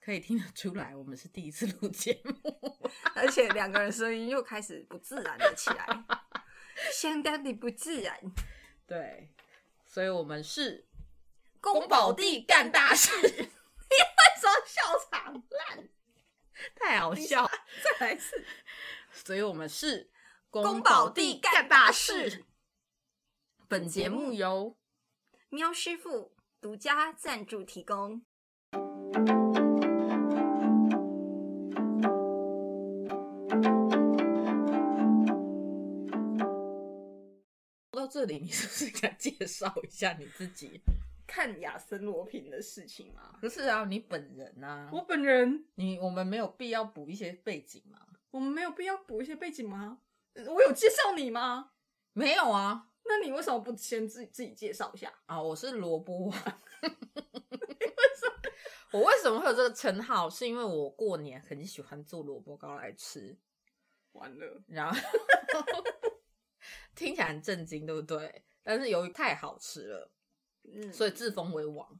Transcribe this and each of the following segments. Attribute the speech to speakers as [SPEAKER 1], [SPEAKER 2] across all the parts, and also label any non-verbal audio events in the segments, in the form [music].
[SPEAKER 1] 可以听得出来，我们是第一次录节目。
[SPEAKER 2] 而且两个人声音又开始不自然了起来， [laughs] 相当的不自然。
[SPEAKER 1] [laughs] 对，所以我们是
[SPEAKER 2] 宫保地干 [laughs] 大事，
[SPEAKER 1] 你为什么笑场烂？ [laughs] 太好笑 [laughs] 了！
[SPEAKER 2] 再来一次。
[SPEAKER 1] 所以我们是
[SPEAKER 2] 宫保地干大事。
[SPEAKER 1] 本节目由
[SPEAKER 2] 喵师傅独家赞助提供。
[SPEAKER 1] 到这里，你是不是该介绍一下你自己？
[SPEAKER 2] 看亚森罗平的事情吗？
[SPEAKER 1] 不是啊，你本人啊，
[SPEAKER 2] 我本人，
[SPEAKER 1] 你我们没有必要补一些背景吗？
[SPEAKER 2] 我们没有必要补一些背景吗？呃我有介绍你吗？
[SPEAKER 1] 没有啊，
[SPEAKER 2] 那你为什么不先自自己介绍一下？
[SPEAKER 1] 啊，我是萝卜王。 [laughs] 我为什么会有这个称号？是因为我过年很喜欢做萝卜糕来吃，
[SPEAKER 2] 完了，
[SPEAKER 1] 然后 [laughs] 听起来很震惊，对不对？但是由于太好吃了，
[SPEAKER 2] 嗯，
[SPEAKER 1] 所
[SPEAKER 2] 以
[SPEAKER 1] 以自封为王，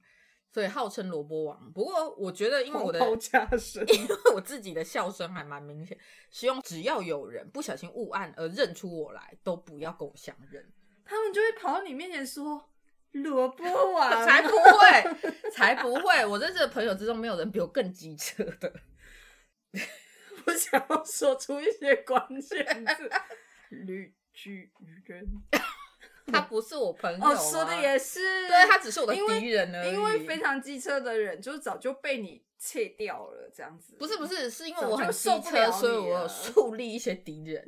[SPEAKER 1] 所以号称萝卜王。不过我觉得，因为我的
[SPEAKER 2] 加深，
[SPEAKER 1] [laughs] 我自己的笑声还蛮明显，希望只要有人不小心误按而认出我来，都不要跟我相 [laughs] 认，
[SPEAKER 2] 他们就会跑到你面前说萝卜 [laughs] 王，
[SPEAKER 1] 才不会，才不会。我认识的朋友之中，没有人比我更机车的。
[SPEAKER 2] 不想要说出一些关键字， [laughs] 绿巨人。
[SPEAKER 1] 他不是我朋友、啊，
[SPEAKER 2] 哦，说的，也是，
[SPEAKER 1] 对他只是我的
[SPEAKER 2] 因为
[SPEAKER 1] 敌人而已。
[SPEAKER 2] 因为非常机车的人，就早就被你切掉了，这样子。
[SPEAKER 1] 不是不，是，是因为
[SPEAKER 2] 早
[SPEAKER 1] 我
[SPEAKER 2] 就
[SPEAKER 1] 很机
[SPEAKER 2] 受不了
[SPEAKER 1] 车，所以
[SPEAKER 2] 你
[SPEAKER 1] 我有
[SPEAKER 2] 了
[SPEAKER 1] 树立一些敌
[SPEAKER 2] [laughs]
[SPEAKER 1] 人。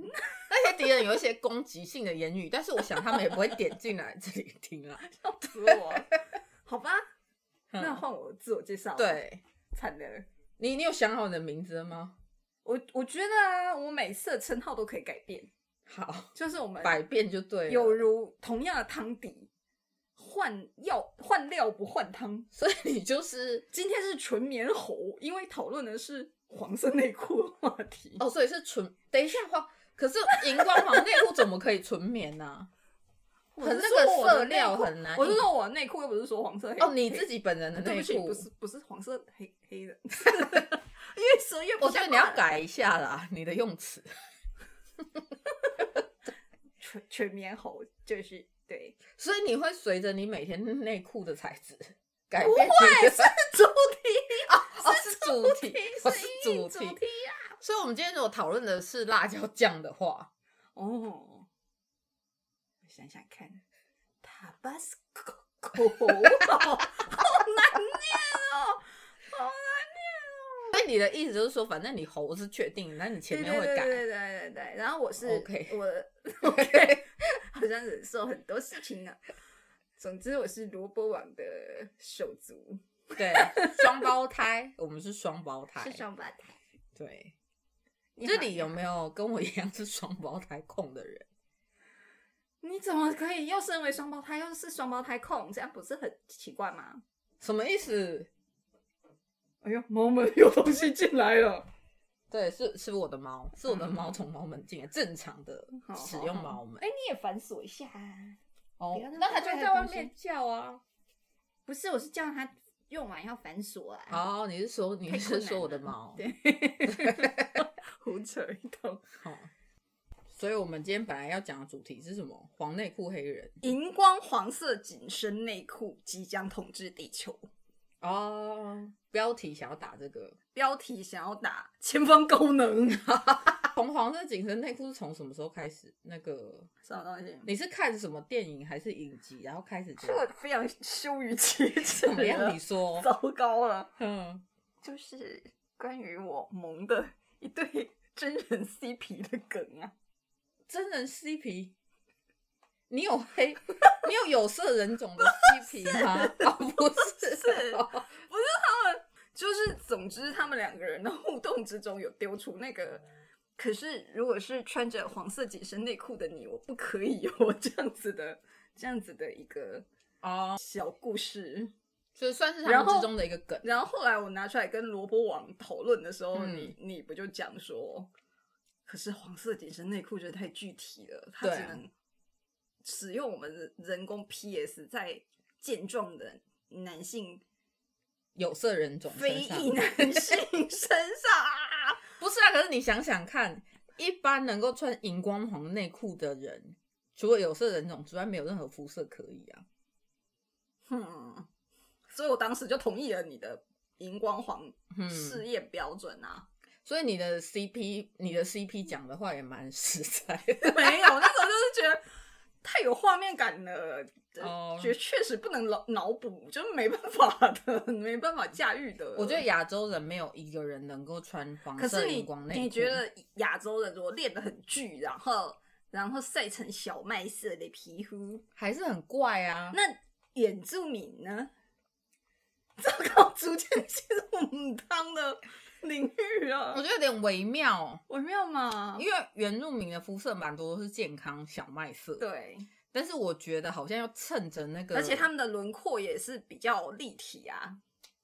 [SPEAKER 1] 那些敌人有一些攻击性的言语，但是我想他们也不会点进来这里听啊。
[SPEAKER 2] 笑死我。好吧， [laughs] 那
[SPEAKER 1] 嗯、
[SPEAKER 2] 换我自我介绍。，
[SPEAKER 1] 对
[SPEAKER 2] 惨了。
[SPEAKER 1] 你，你有想好你的名字了吗？
[SPEAKER 2] 我我觉得啊，我每次的称号都可以改变，
[SPEAKER 1] 好，
[SPEAKER 2] 就是我们
[SPEAKER 1] 百变就对了。
[SPEAKER 2] 哎有如同样的汤底，换药换料不换汤。
[SPEAKER 1] 所以你就是
[SPEAKER 2] 今天是纯棉猴，因为讨论的是黄色内裤的话题。
[SPEAKER 1] 哦，所以是纯。等一下话，可是荧光黄内裤怎么可以纯棉啊
[SPEAKER 2] [laughs]
[SPEAKER 1] 呢、
[SPEAKER 2] 我是
[SPEAKER 1] 可是
[SPEAKER 2] 说
[SPEAKER 1] 那个
[SPEAKER 2] 我的
[SPEAKER 1] 色料
[SPEAKER 2] 内裤
[SPEAKER 1] 很难
[SPEAKER 2] 我是说我的内裤又不是说黄色黑
[SPEAKER 1] 哦，你自己本人的
[SPEAKER 2] 黑哎对
[SPEAKER 1] 内
[SPEAKER 2] 不起，
[SPEAKER 1] 裤
[SPEAKER 2] 不，是不是黄色黑黑的，越说越不
[SPEAKER 1] 我觉得哦
[SPEAKER 2] 像
[SPEAKER 1] 你要
[SPEAKER 2] 话了
[SPEAKER 1] 改一下啦，你的用词。
[SPEAKER 2] 纯纯棉猴，就是对，
[SPEAKER 1] 所以你会随着你每天内裤的材质 [laughs] 改
[SPEAKER 2] 不
[SPEAKER 1] 变你的。
[SPEAKER 2] 主题
[SPEAKER 1] 哦，是主题，哦是主
[SPEAKER 2] 主
[SPEAKER 1] 题
[SPEAKER 2] 题。啊。
[SPEAKER 1] 所以，我们今天如果讨论的是辣椒酱的话，
[SPEAKER 2] 哦，我想想看，Tabasco，好难念哦。
[SPEAKER 1] 所以你的意思就是说，反正你猴是确定，那你前面会改。
[SPEAKER 2] 对对对对对对。然后我是
[SPEAKER 1] OK
[SPEAKER 2] 我 OK，好像忍受很多事情呢、 [laughs] 总之，我是萝卜网的手足，
[SPEAKER 1] 对双胞胎，我们是双胞胎
[SPEAKER 2] 是。双胞胎。
[SPEAKER 1] 对，
[SPEAKER 2] 你
[SPEAKER 1] 这
[SPEAKER 2] 好
[SPEAKER 1] 里有没有跟我一样是双胞胎控的人？
[SPEAKER 2] 你怎么可以又身为双胞胎，又是双胞胎控，这样不是很奇怪吗？
[SPEAKER 1] 什么意思？
[SPEAKER 2] 哎呦，猫们有东西进来了。
[SPEAKER 1] 对，是是我的猫，是我的猫从猫门进来，正常的
[SPEAKER 2] 嗯好好
[SPEAKER 1] 使用
[SPEAKER 2] 好
[SPEAKER 1] 猫门
[SPEAKER 2] [laughs] 哎、。你也反锁一下、啊。
[SPEAKER 1] 哦
[SPEAKER 2] 不要那，么
[SPEAKER 1] 那它就
[SPEAKER 2] 快
[SPEAKER 1] 在外
[SPEAKER 2] 东西
[SPEAKER 1] 面叫啊。
[SPEAKER 2] 不是，我是叫他用完要反锁啊。
[SPEAKER 1] 哦，你是说你
[SPEAKER 2] 太困
[SPEAKER 1] 是
[SPEAKER 2] 难
[SPEAKER 1] 说我的
[SPEAKER 2] 了
[SPEAKER 1] 猫？
[SPEAKER 2] [laughs] 对，胡扯一通。
[SPEAKER 1] 好、所以我们今天本来要讲的主题是什么？黄内裤黑人
[SPEAKER 2] 荧光黄色紧身内裤即将统治地球，
[SPEAKER 1] 哦，标题想要打这个。
[SPEAKER 2] 标题想要打前方高能，
[SPEAKER 1] 从啊黄色紧身内裤是从什么时候开始？那个
[SPEAKER 2] 什么东西？
[SPEAKER 1] 你是看什么电影还是影集，然后开始觉
[SPEAKER 2] 这个
[SPEAKER 1] 得
[SPEAKER 2] 非常羞于启齿
[SPEAKER 1] 怎么样？你说，
[SPEAKER 2] 糟糕了，
[SPEAKER 1] 嗯，
[SPEAKER 2] 就是关于我萌的一对真人 CP 的梗啊。
[SPEAKER 1] 真人 CP，你有
[SPEAKER 2] [laughs]
[SPEAKER 1] 黑，你有有色人种的 CP 吗？哦，不是，
[SPEAKER 2] 是
[SPEAKER 1] 哦
[SPEAKER 2] 就是，总之，他们两个人的互动之中有丢出那个。可是，如果是穿着黄色紧身内裤的你，我不可以有这样子的、这样子的一个
[SPEAKER 1] 哦，
[SPEAKER 2] 小故事。
[SPEAKER 1] 所以算是他
[SPEAKER 2] 然
[SPEAKER 1] 们之
[SPEAKER 2] 后
[SPEAKER 1] 中的一个梗。
[SPEAKER 2] 然后后来我拿出来跟萝卜王讨论的时候，
[SPEAKER 1] 嗯
[SPEAKER 2] 你你不就讲说，可是黄色紧身内裤真的太具体了，它
[SPEAKER 1] 对
[SPEAKER 2] 只
[SPEAKER 1] 啊
[SPEAKER 2] 能使用我们人人工 PS 在健壮的男性
[SPEAKER 1] 有色人种
[SPEAKER 2] 非
[SPEAKER 1] 身上。
[SPEAKER 2] 裔男性身
[SPEAKER 1] [laughs]
[SPEAKER 2] 上啊，
[SPEAKER 1] 不是啊，可是你想想看，一般能够穿荧光黄内裤的人，除了有色人种之外，没有任何肤色可以啊。
[SPEAKER 2] 嗯，所以我当时就同意了你的荧光黄
[SPEAKER 1] 嗯，
[SPEAKER 2] 试验标准啊，
[SPEAKER 1] 所以你的 CP，你的 CP 讲的话也蛮实在的。
[SPEAKER 2] [laughs] 没有，那时候就是觉得太有画面感了，呃
[SPEAKER 1] 哦
[SPEAKER 2] 觉得确实不能脑脑补，就是没办法的，没办法驾驭的。
[SPEAKER 1] [laughs] 我觉得亚洲人没有一个人能够穿黄
[SPEAKER 2] 可
[SPEAKER 1] 色
[SPEAKER 2] 是
[SPEAKER 1] 荧
[SPEAKER 2] 你
[SPEAKER 1] 光内裤。
[SPEAKER 2] 你觉得亚洲人如果练得很巨，然后然后晒成小麦色的皮肤，
[SPEAKER 1] 还是很怪啊？
[SPEAKER 2] 那原住民呢？ [laughs] 糟糕，逐渐进入母汤的领域
[SPEAKER 1] 我
[SPEAKER 2] 了，
[SPEAKER 1] 觉得有点微妙、哦，
[SPEAKER 2] 微妙嘛？
[SPEAKER 1] 因为原住民的肤色蛮多都是健康小麦色，
[SPEAKER 2] 对，
[SPEAKER 1] 但是我觉得好像要趁着那个，
[SPEAKER 2] 而且他们的轮廓也是比较立体啊，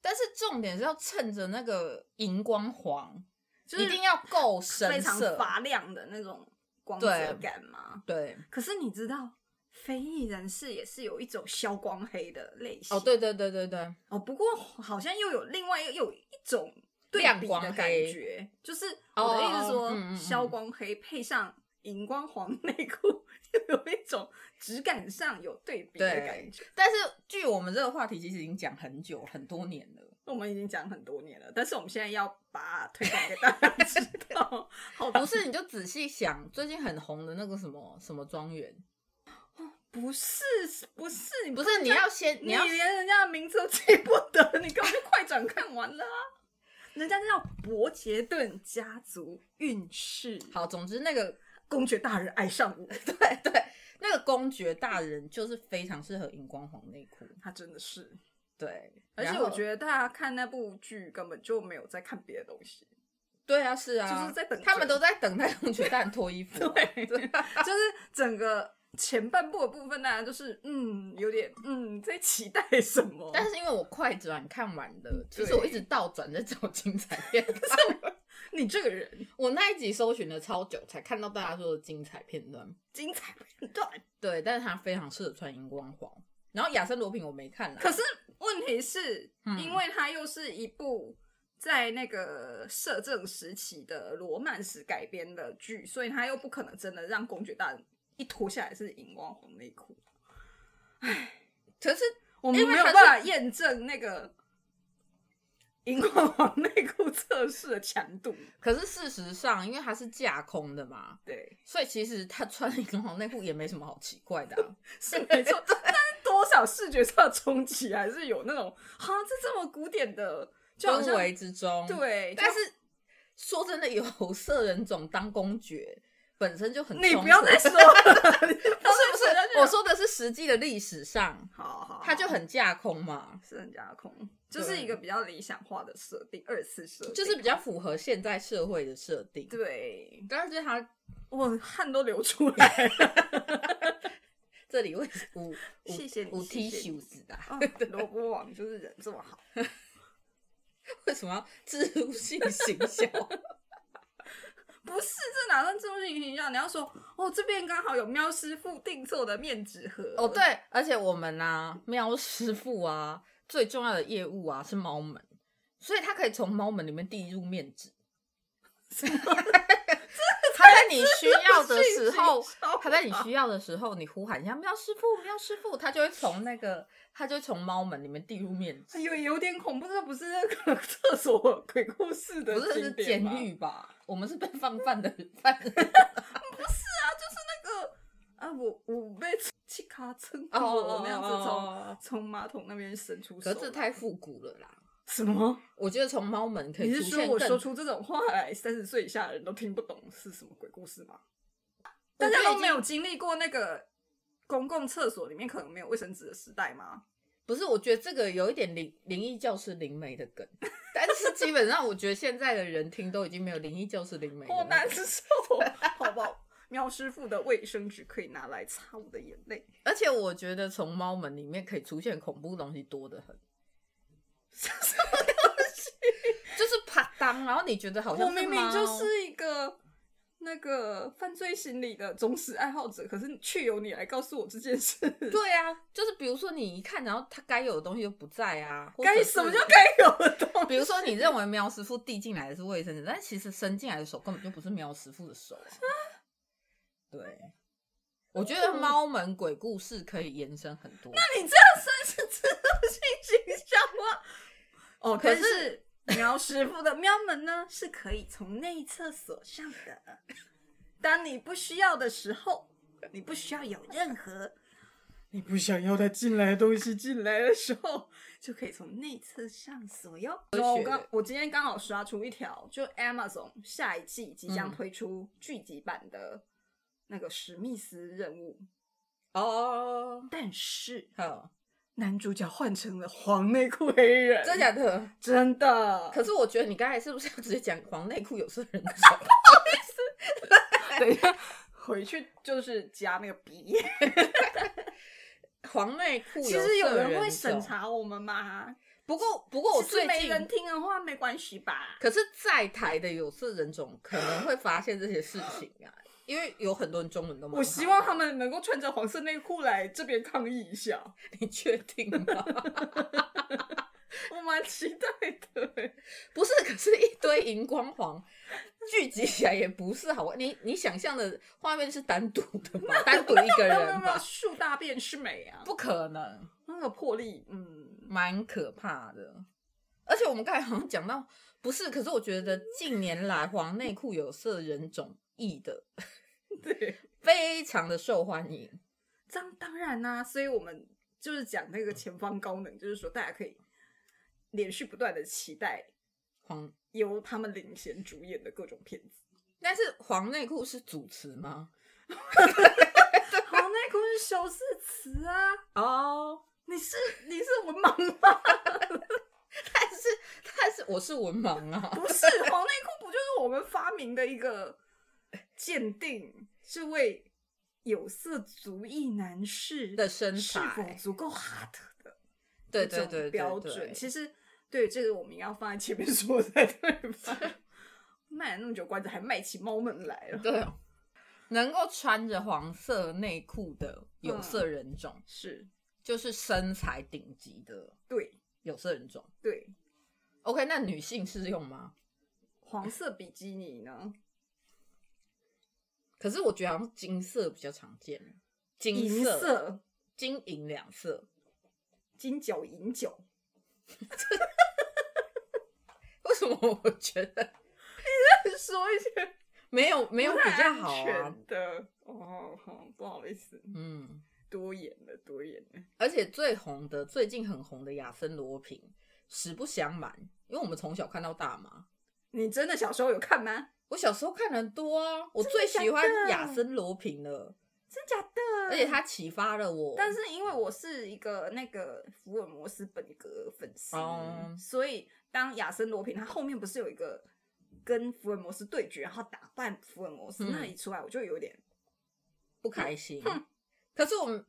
[SPEAKER 1] 但是重点是要趁着那个荧光黄，
[SPEAKER 2] 就是
[SPEAKER 1] 一定要够
[SPEAKER 2] 非
[SPEAKER 1] 深
[SPEAKER 2] 常
[SPEAKER 1] 色，
[SPEAKER 2] 发亮的那种光泽
[SPEAKER 1] 对
[SPEAKER 2] 感嘛。
[SPEAKER 1] 对，
[SPEAKER 2] 可是你知道，非裔人士也是有一种消光黑的类型
[SPEAKER 1] 哦，对对对对对，
[SPEAKER 2] 哦，不过好像又有另外又有一种对
[SPEAKER 1] 亮
[SPEAKER 2] 比
[SPEAKER 1] 光
[SPEAKER 2] 的
[SPEAKER 1] 黑
[SPEAKER 2] 感觉，就是我的意思是
[SPEAKER 1] 哦哦哦嗯嗯嗯
[SPEAKER 2] 说，消光黑配上荧光黄内裤，又有一种质感上有对比的
[SPEAKER 1] 对
[SPEAKER 2] 感觉。
[SPEAKER 1] [laughs] 但是据我们这个话题其实已经讲很久很多年了，
[SPEAKER 2] 我们已经讲很多年了，但是我们现在要把它推广给大家知道， [laughs] 好
[SPEAKER 1] 哦
[SPEAKER 2] 吧
[SPEAKER 1] 不是？你就仔细想，最近很红的那个什么什么庄园，
[SPEAKER 2] 不是不是你
[SPEAKER 1] 不是你要先
[SPEAKER 2] 你
[SPEAKER 1] 要
[SPEAKER 2] 连人家的名字都记不得， [laughs] 你根本就快转看完了啊！人家叫伯杰顿家族运势，
[SPEAKER 1] 好，总之那个
[SPEAKER 2] 公爵大人爱上我，
[SPEAKER 1] 对对，那个公爵大人就是非常适合荧光黄内裤，
[SPEAKER 2] 他真的是。
[SPEAKER 1] 对，
[SPEAKER 2] 而且我
[SPEAKER 1] 得
[SPEAKER 2] 觉得大家看那部剧根本就没有在看别的东西，
[SPEAKER 1] 对啊，是啊，
[SPEAKER 2] 就是在等
[SPEAKER 1] 他
[SPEAKER 2] 着
[SPEAKER 1] 们都在等待公爵大人脱衣服啊，
[SPEAKER 2] [laughs] 对
[SPEAKER 1] [laughs] 对啊
[SPEAKER 2] 就是整个前半部的部分，大家就是嗯，有点嗯，在期待什么？
[SPEAKER 1] 但是因为我快转看完了，其实
[SPEAKER 2] 对
[SPEAKER 1] 我一直倒转在找 [laughs] 精彩片段。
[SPEAKER 2] 你这个人
[SPEAKER 1] 我那一集搜寻了超久，才看到大家说的精彩片段。
[SPEAKER 2] 精彩片段，
[SPEAKER 1] 对，但是他非常适合穿荧光黄。然后《亚森罗平》我没看啦，
[SPEAKER 2] 可是问题是，
[SPEAKER 1] 嗯
[SPEAKER 2] 因为它又是一部在那个摄政时期的罗曼史改编的剧，所以它又不可能真的让公爵大人一脱下来是荧光红内裤。
[SPEAKER 1] 可是
[SPEAKER 2] 我们
[SPEAKER 1] 因为
[SPEAKER 2] 没有
[SPEAKER 1] 它是
[SPEAKER 2] 办法验证那个 [laughs] 荧光黄内裤测试的强度。
[SPEAKER 1] 可是事实上，因为它是架空的嘛， [laughs]
[SPEAKER 2] 对，
[SPEAKER 1] 所以其实他穿荧光黄内裤也没什么好奇怪的、 [laughs] 啊。
[SPEAKER 2] 是没错，但是多少视觉上的冲击还是有那种，哈，这这么古典的，就好像
[SPEAKER 1] 氛围之中，，
[SPEAKER 2] 对，
[SPEAKER 1] 但
[SPEAKER 2] 就是
[SPEAKER 1] 说真的，有色人种当公爵本身 [laughs] 就很
[SPEAKER 2] 你
[SPEAKER 1] 冲
[SPEAKER 2] 不要
[SPEAKER 1] 突
[SPEAKER 2] 再说了，不是
[SPEAKER 1] 不是
[SPEAKER 2] [laughs]
[SPEAKER 1] 不是，我
[SPEAKER 2] 说
[SPEAKER 1] 说的是实际的历史上，
[SPEAKER 2] 好好，
[SPEAKER 1] 它就很架空嘛，
[SPEAKER 2] 是很架空，就是一个比较理想化的设定，二次设定
[SPEAKER 1] 就是比较符合现在社会的设定。
[SPEAKER 2] 对，
[SPEAKER 1] 但是它
[SPEAKER 2] 我汗都流出来了，
[SPEAKER 1] 这里为五五
[SPEAKER 2] 谢谢你
[SPEAKER 1] 五 T
[SPEAKER 2] 谢谢你
[SPEAKER 1] 袖子的啊，
[SPEAKER 2] [laughs] 啊萝卜王就是人这么好。
[SPEAKER 1] [laughs] 为什么要植入性行销？
[SPEAKER 2] 不是，这哪算自助性形象？你要说哦，这边刚好有喵师傅定做的面纸盒。
[SPEAKER 1] [laughs] 哦，对，，而且我们啊，喵师傅啊，最重要的业务啊是猫门，所以他可以从猫门里面递入面 [laughs] 纸。 [laughs] 他在你需要的时候，他在你需要的时候，你呼喊一下“喵师傅，喵师傅”，他就会从那个，他就会从猫门里面递入面纸。
[SPEAKER 2] 哎有有点恐怖，这不是那个 [laughs] 厕所鬼故事的
[SPEAKER 1] 不是是
[SPEAKER 2] 经典
[SPEAKER 1] 监
[SPEAKER 2] 吗
[SPEAKER 1] 狱吧？我们是被放饭的犯人
[SPEAKER 2] 那个啊，我 [laughs] 我被气卡撑过，那样子从
[SPEAKER 1] 哦。
[SPEAKER 2] 从马桶那边伸出手
[SPEAKER 1] 可
[SPEAKER 2] 来。
[SPEAKER 1] 是这太复古了啦！
[SPEAKER 2] 什么？
[SPEAKER 1] 我觉得从猫门可
[SPEAKER 2] 你
[SPEAKER 1] 以
[SPEAKER 2] 是
[SPEAKER 1] 出
[SPEAKER 2] 说
[SPEAKER 1] 现
[SPEAKER 2] 我说
[SPEAKER 1] 更，
[SPEAKER 2] 出这种话来，三十岁以下的人都听不懂是什么鬼故事吗？
[SPEAKER 1] 我
[SPEAKER 2] 大家
[SPEAKER 1] 觉得已
[SPEAKER 2] 都
[SPEAKER 1] 经
[SPEAKER 2] 没有经历过那个公共厕所里面可能没有卫生纸的时代吗？
[SPEAKER 1] 不是？我觉得这个有一点灵灵异教师灵媒的梗， [laughs] 但是基本上我觉得现在的人听都已经没有灵异教师灵媒的
[SPEAKER 2] 好
[SPEAKER 1] 那
[SPEAKER 2] 难
[SPEAKER 1] 个 [laughs]
[SPEAKER 2] 受，好不好？喵师傅的卫生纸可以拿来擦我的眼泪，
[SPEAKER 1] 而且我觉得从猫门里面可以出现恐怖东西多得很， [laughs] 就是啪当，然后你觉得好像
[SPEAKER 2] 我明明就
[SPEAKER 1] 猫
[SPEAKER 2] 是一个那个犯罪心理的忠实爱好者，可是却由你来告诉我这件事，
[SPEAKER 1] 对啊，就是比如说你一看，然后他该有的东西就不在啊，或者
[SPEAKER 2] 该
[SPEAKER 1] 是
[SPEAKER 2] 什么叫该有的东西？
[SPEAKER 1] 比如说你认为喵师傅递进来的是卫生纸，但其实伸进来的手根本就不是喵师傅的手啊。对，我觉
[SPEAKER 2] 嗯
[SPEAKER 1] 得猫门鬼故事可以延伸很多。
[SPEAKER 2] 那你这样算是植入性形象吗？哦，
[SPEAKER 1] 可
[SPEAKER 2] 可
[SPEAKER 1] 是
[SPEAKER 2] 是 [laughs] 喵师傅的喵门呢，是可以从内侧锁上的。当你不需要的时候，你不需要有任何你不想要它进来的东西进来的时候，就可以从内侧上锁哟。
[SPEAKER 1] 学
[SPEAKER 2] 我刚我今天刚好刷出一条，就 Amazon 下一季即
[SPEAKER 1] 嗯
[SPEAKER 2] 将推出剧集版的那个史密斯任务，
[SPEAKER 1] 哦，
[SPEAKER 2] 但是
[SPEAKER 1] 好，
[SPEAKER 2] 男主角换成了黄内裤黑人，
[SPEAKER 1] 真假的？
[SPEAKER 2] 真的。
[SPEAKER 1] 可是我觉得你刚才是不是要直接讲黄内裤有色人种？ [laughs]
[SPEAKER 2] 等一下回去就是加那个
[SPEAKER 1] [laughs]
[SPEAKER 2] 鼻。
[SPEAKER 1] 黄内裤
[SPEAKER 2] 其实有
[SPEAKER 1] 有
[SPEAKER 2] 人会
[SPEAKER 1] 色
[SPEAKER 2] 审
[SPEAKER 1] 种，
[SPEAKER 2] 查我们吗？
[SPEAKER 1] 不过不过我
[SPEAKER 2] 其
[SPEAKER 1] 最
[SPEAKER 2] 实没人
[SPEAKER 1] 近，
[SPEAKER 2] 听的话没关系吧？
[SPEAKER 1] 可是在台的有色人种可能会发现这些事情啊，因为有很多人中文都蛮
[SPEAKER 2] 我
[SPEAKER 1] 好
[SPEAKER 2] 希望
[SPEAKER 1] 的
[SPEAKER 2] 他们能够穿着黄色内裤来这边抗议一下， [laughs]
[SPEAKER 1] 你确定吗？
[SPEAKER 2] 我蛮期待
[SPEAKER 1] [laughs]
[SPEAKER 2] 的。
[SPEAKER 1] 不是，可是一堆荧光黄聚集起来也不是好玩。你你想象的画面是单独的 [laughs] 吧？单独一个
[SPEAKER 2] 没有没有
[SPEAKER 1] 人
[SPEAKER 2] 没有，
[SPEAKER 1] 吧？
[SPEAKER 2] 树大便是美啊，
[SPEAKER 1] [laughs] 不可能，
[SPEAKER 2] 那个魄力，
[SPEAKER 1] [laughs]
[SPEAKER 2] 嗯，
[SPEAKER 1] 蛮可怕的。而且我们刚才好像讲到，不是，可是我觉得近年来黄内裤有色人种裔的
[SPEAKER 2] 对，
[SPEAKER 1] 非常的受欢迎。
[SPEAKER 2] 这样当然啦、所以我们就是讲那个前方高能，就是说大家可以连续不断的期待
[SPEAKER 1] 黄，
[SPEAKER 2] 由他们领衔主演的各种片 [laughs] 子。
[SPEAKER 1] 但是黄内裤是主词吗？
[SPEAKER 2] 好，那可是修饰词啊！
[SPEAKER 1] 哦，
[SPEAKER 2] [laughs] 你是你是文盲吗？
[SPEAKER 1] [laughs] 但是但是我是文盲啊，
[SPEAKER 2] 不是，黄内裤不就是我们发明的一个鉴定，是为有色族裔男士
[SPEAKER 1] 的身
[SPEAKER 2] 是否
[SPEAKER 1] 材
[SPEAKER 2] 足够 hot 的
[SPEAKER 1] 对
[SPEAKER 2] 一种
[SPEAKER 1] 对对对
[SPEAKER 2] 标
[SPEAKER 1] 对
[SPEAKER 2] 准。其实对这个我们要放在前面说才对吧？卖了那么久关子，还卖起猫们来了，
[SPEAKER 1] 对哦，能够穿着黄色内裤的有色人种，
[SPEAKER 2] 是
[SPEAKER 1] 就是身材顶级的
[SPEAKER 2] 对
[SPEAKER 1] 有色人种。
[SPEAKER 2] 对。
[SPEAKER 1] OK，那女性适用吗？
[SPEAKER 2] 黄色比基尼呢？
[SPEAKER 1] 可是我觉得好像金色比较常见，金
[SPEAKER 2] 银
[SPEAKER 1] 色、
[SPEAKER 2] 色、
[SPEAKER 1] 金银两色。
[SPEAKER 2] 金角、银角，
[SPEAKER 1] 为什么我觉得
[SPEAKER 2] 说一些
[SPEAKER 1] 没有没有
[SPEAKER 2] 不太
[SPEAKER 1] 比较
[SPEAKER 2] 安
[SPEAKER 1] 好啊？
[SPEAKER 2] 全的哦，好不好意思，
[SPEAKER 1] 嗯，
[SPEAKER 2] 多演了，多演了。
[SPEAKER 1] 而且最红的最近很红的亚森罗平，实不相瞒，因为我们从小看到大嘛。
[SPEAKER 2] 你真的小时候有看吗？
[SPEAKER 1] 我小时候看很多啊，我
[SPEAKER 2] 真的
[SPEAKER 1] 最喜欢
[SPEAKER 2] 假的
[SPEAKER 1] 亚森罗平了，
[SPEAKER 2] 真假的？
[SPEAKER 1] 而且他启发了我。
[SPEAKER 2] 但是因为我是一个那个福尔摩斯本格粉丝，
[SPEAKER 1] 哦
[SPEAKER 2] 所以当亚森罗平他后面不是有一个跟福尔摩斯对决，然后打败福尔摩斯、
[SPEAKER 1] 嗯
[SPEAKER 2] 那一出来，我就有点
[SPEAKER 1] 不开心
[SPEAKER 2] 哼。
[SPEAKER 1] 可是我们，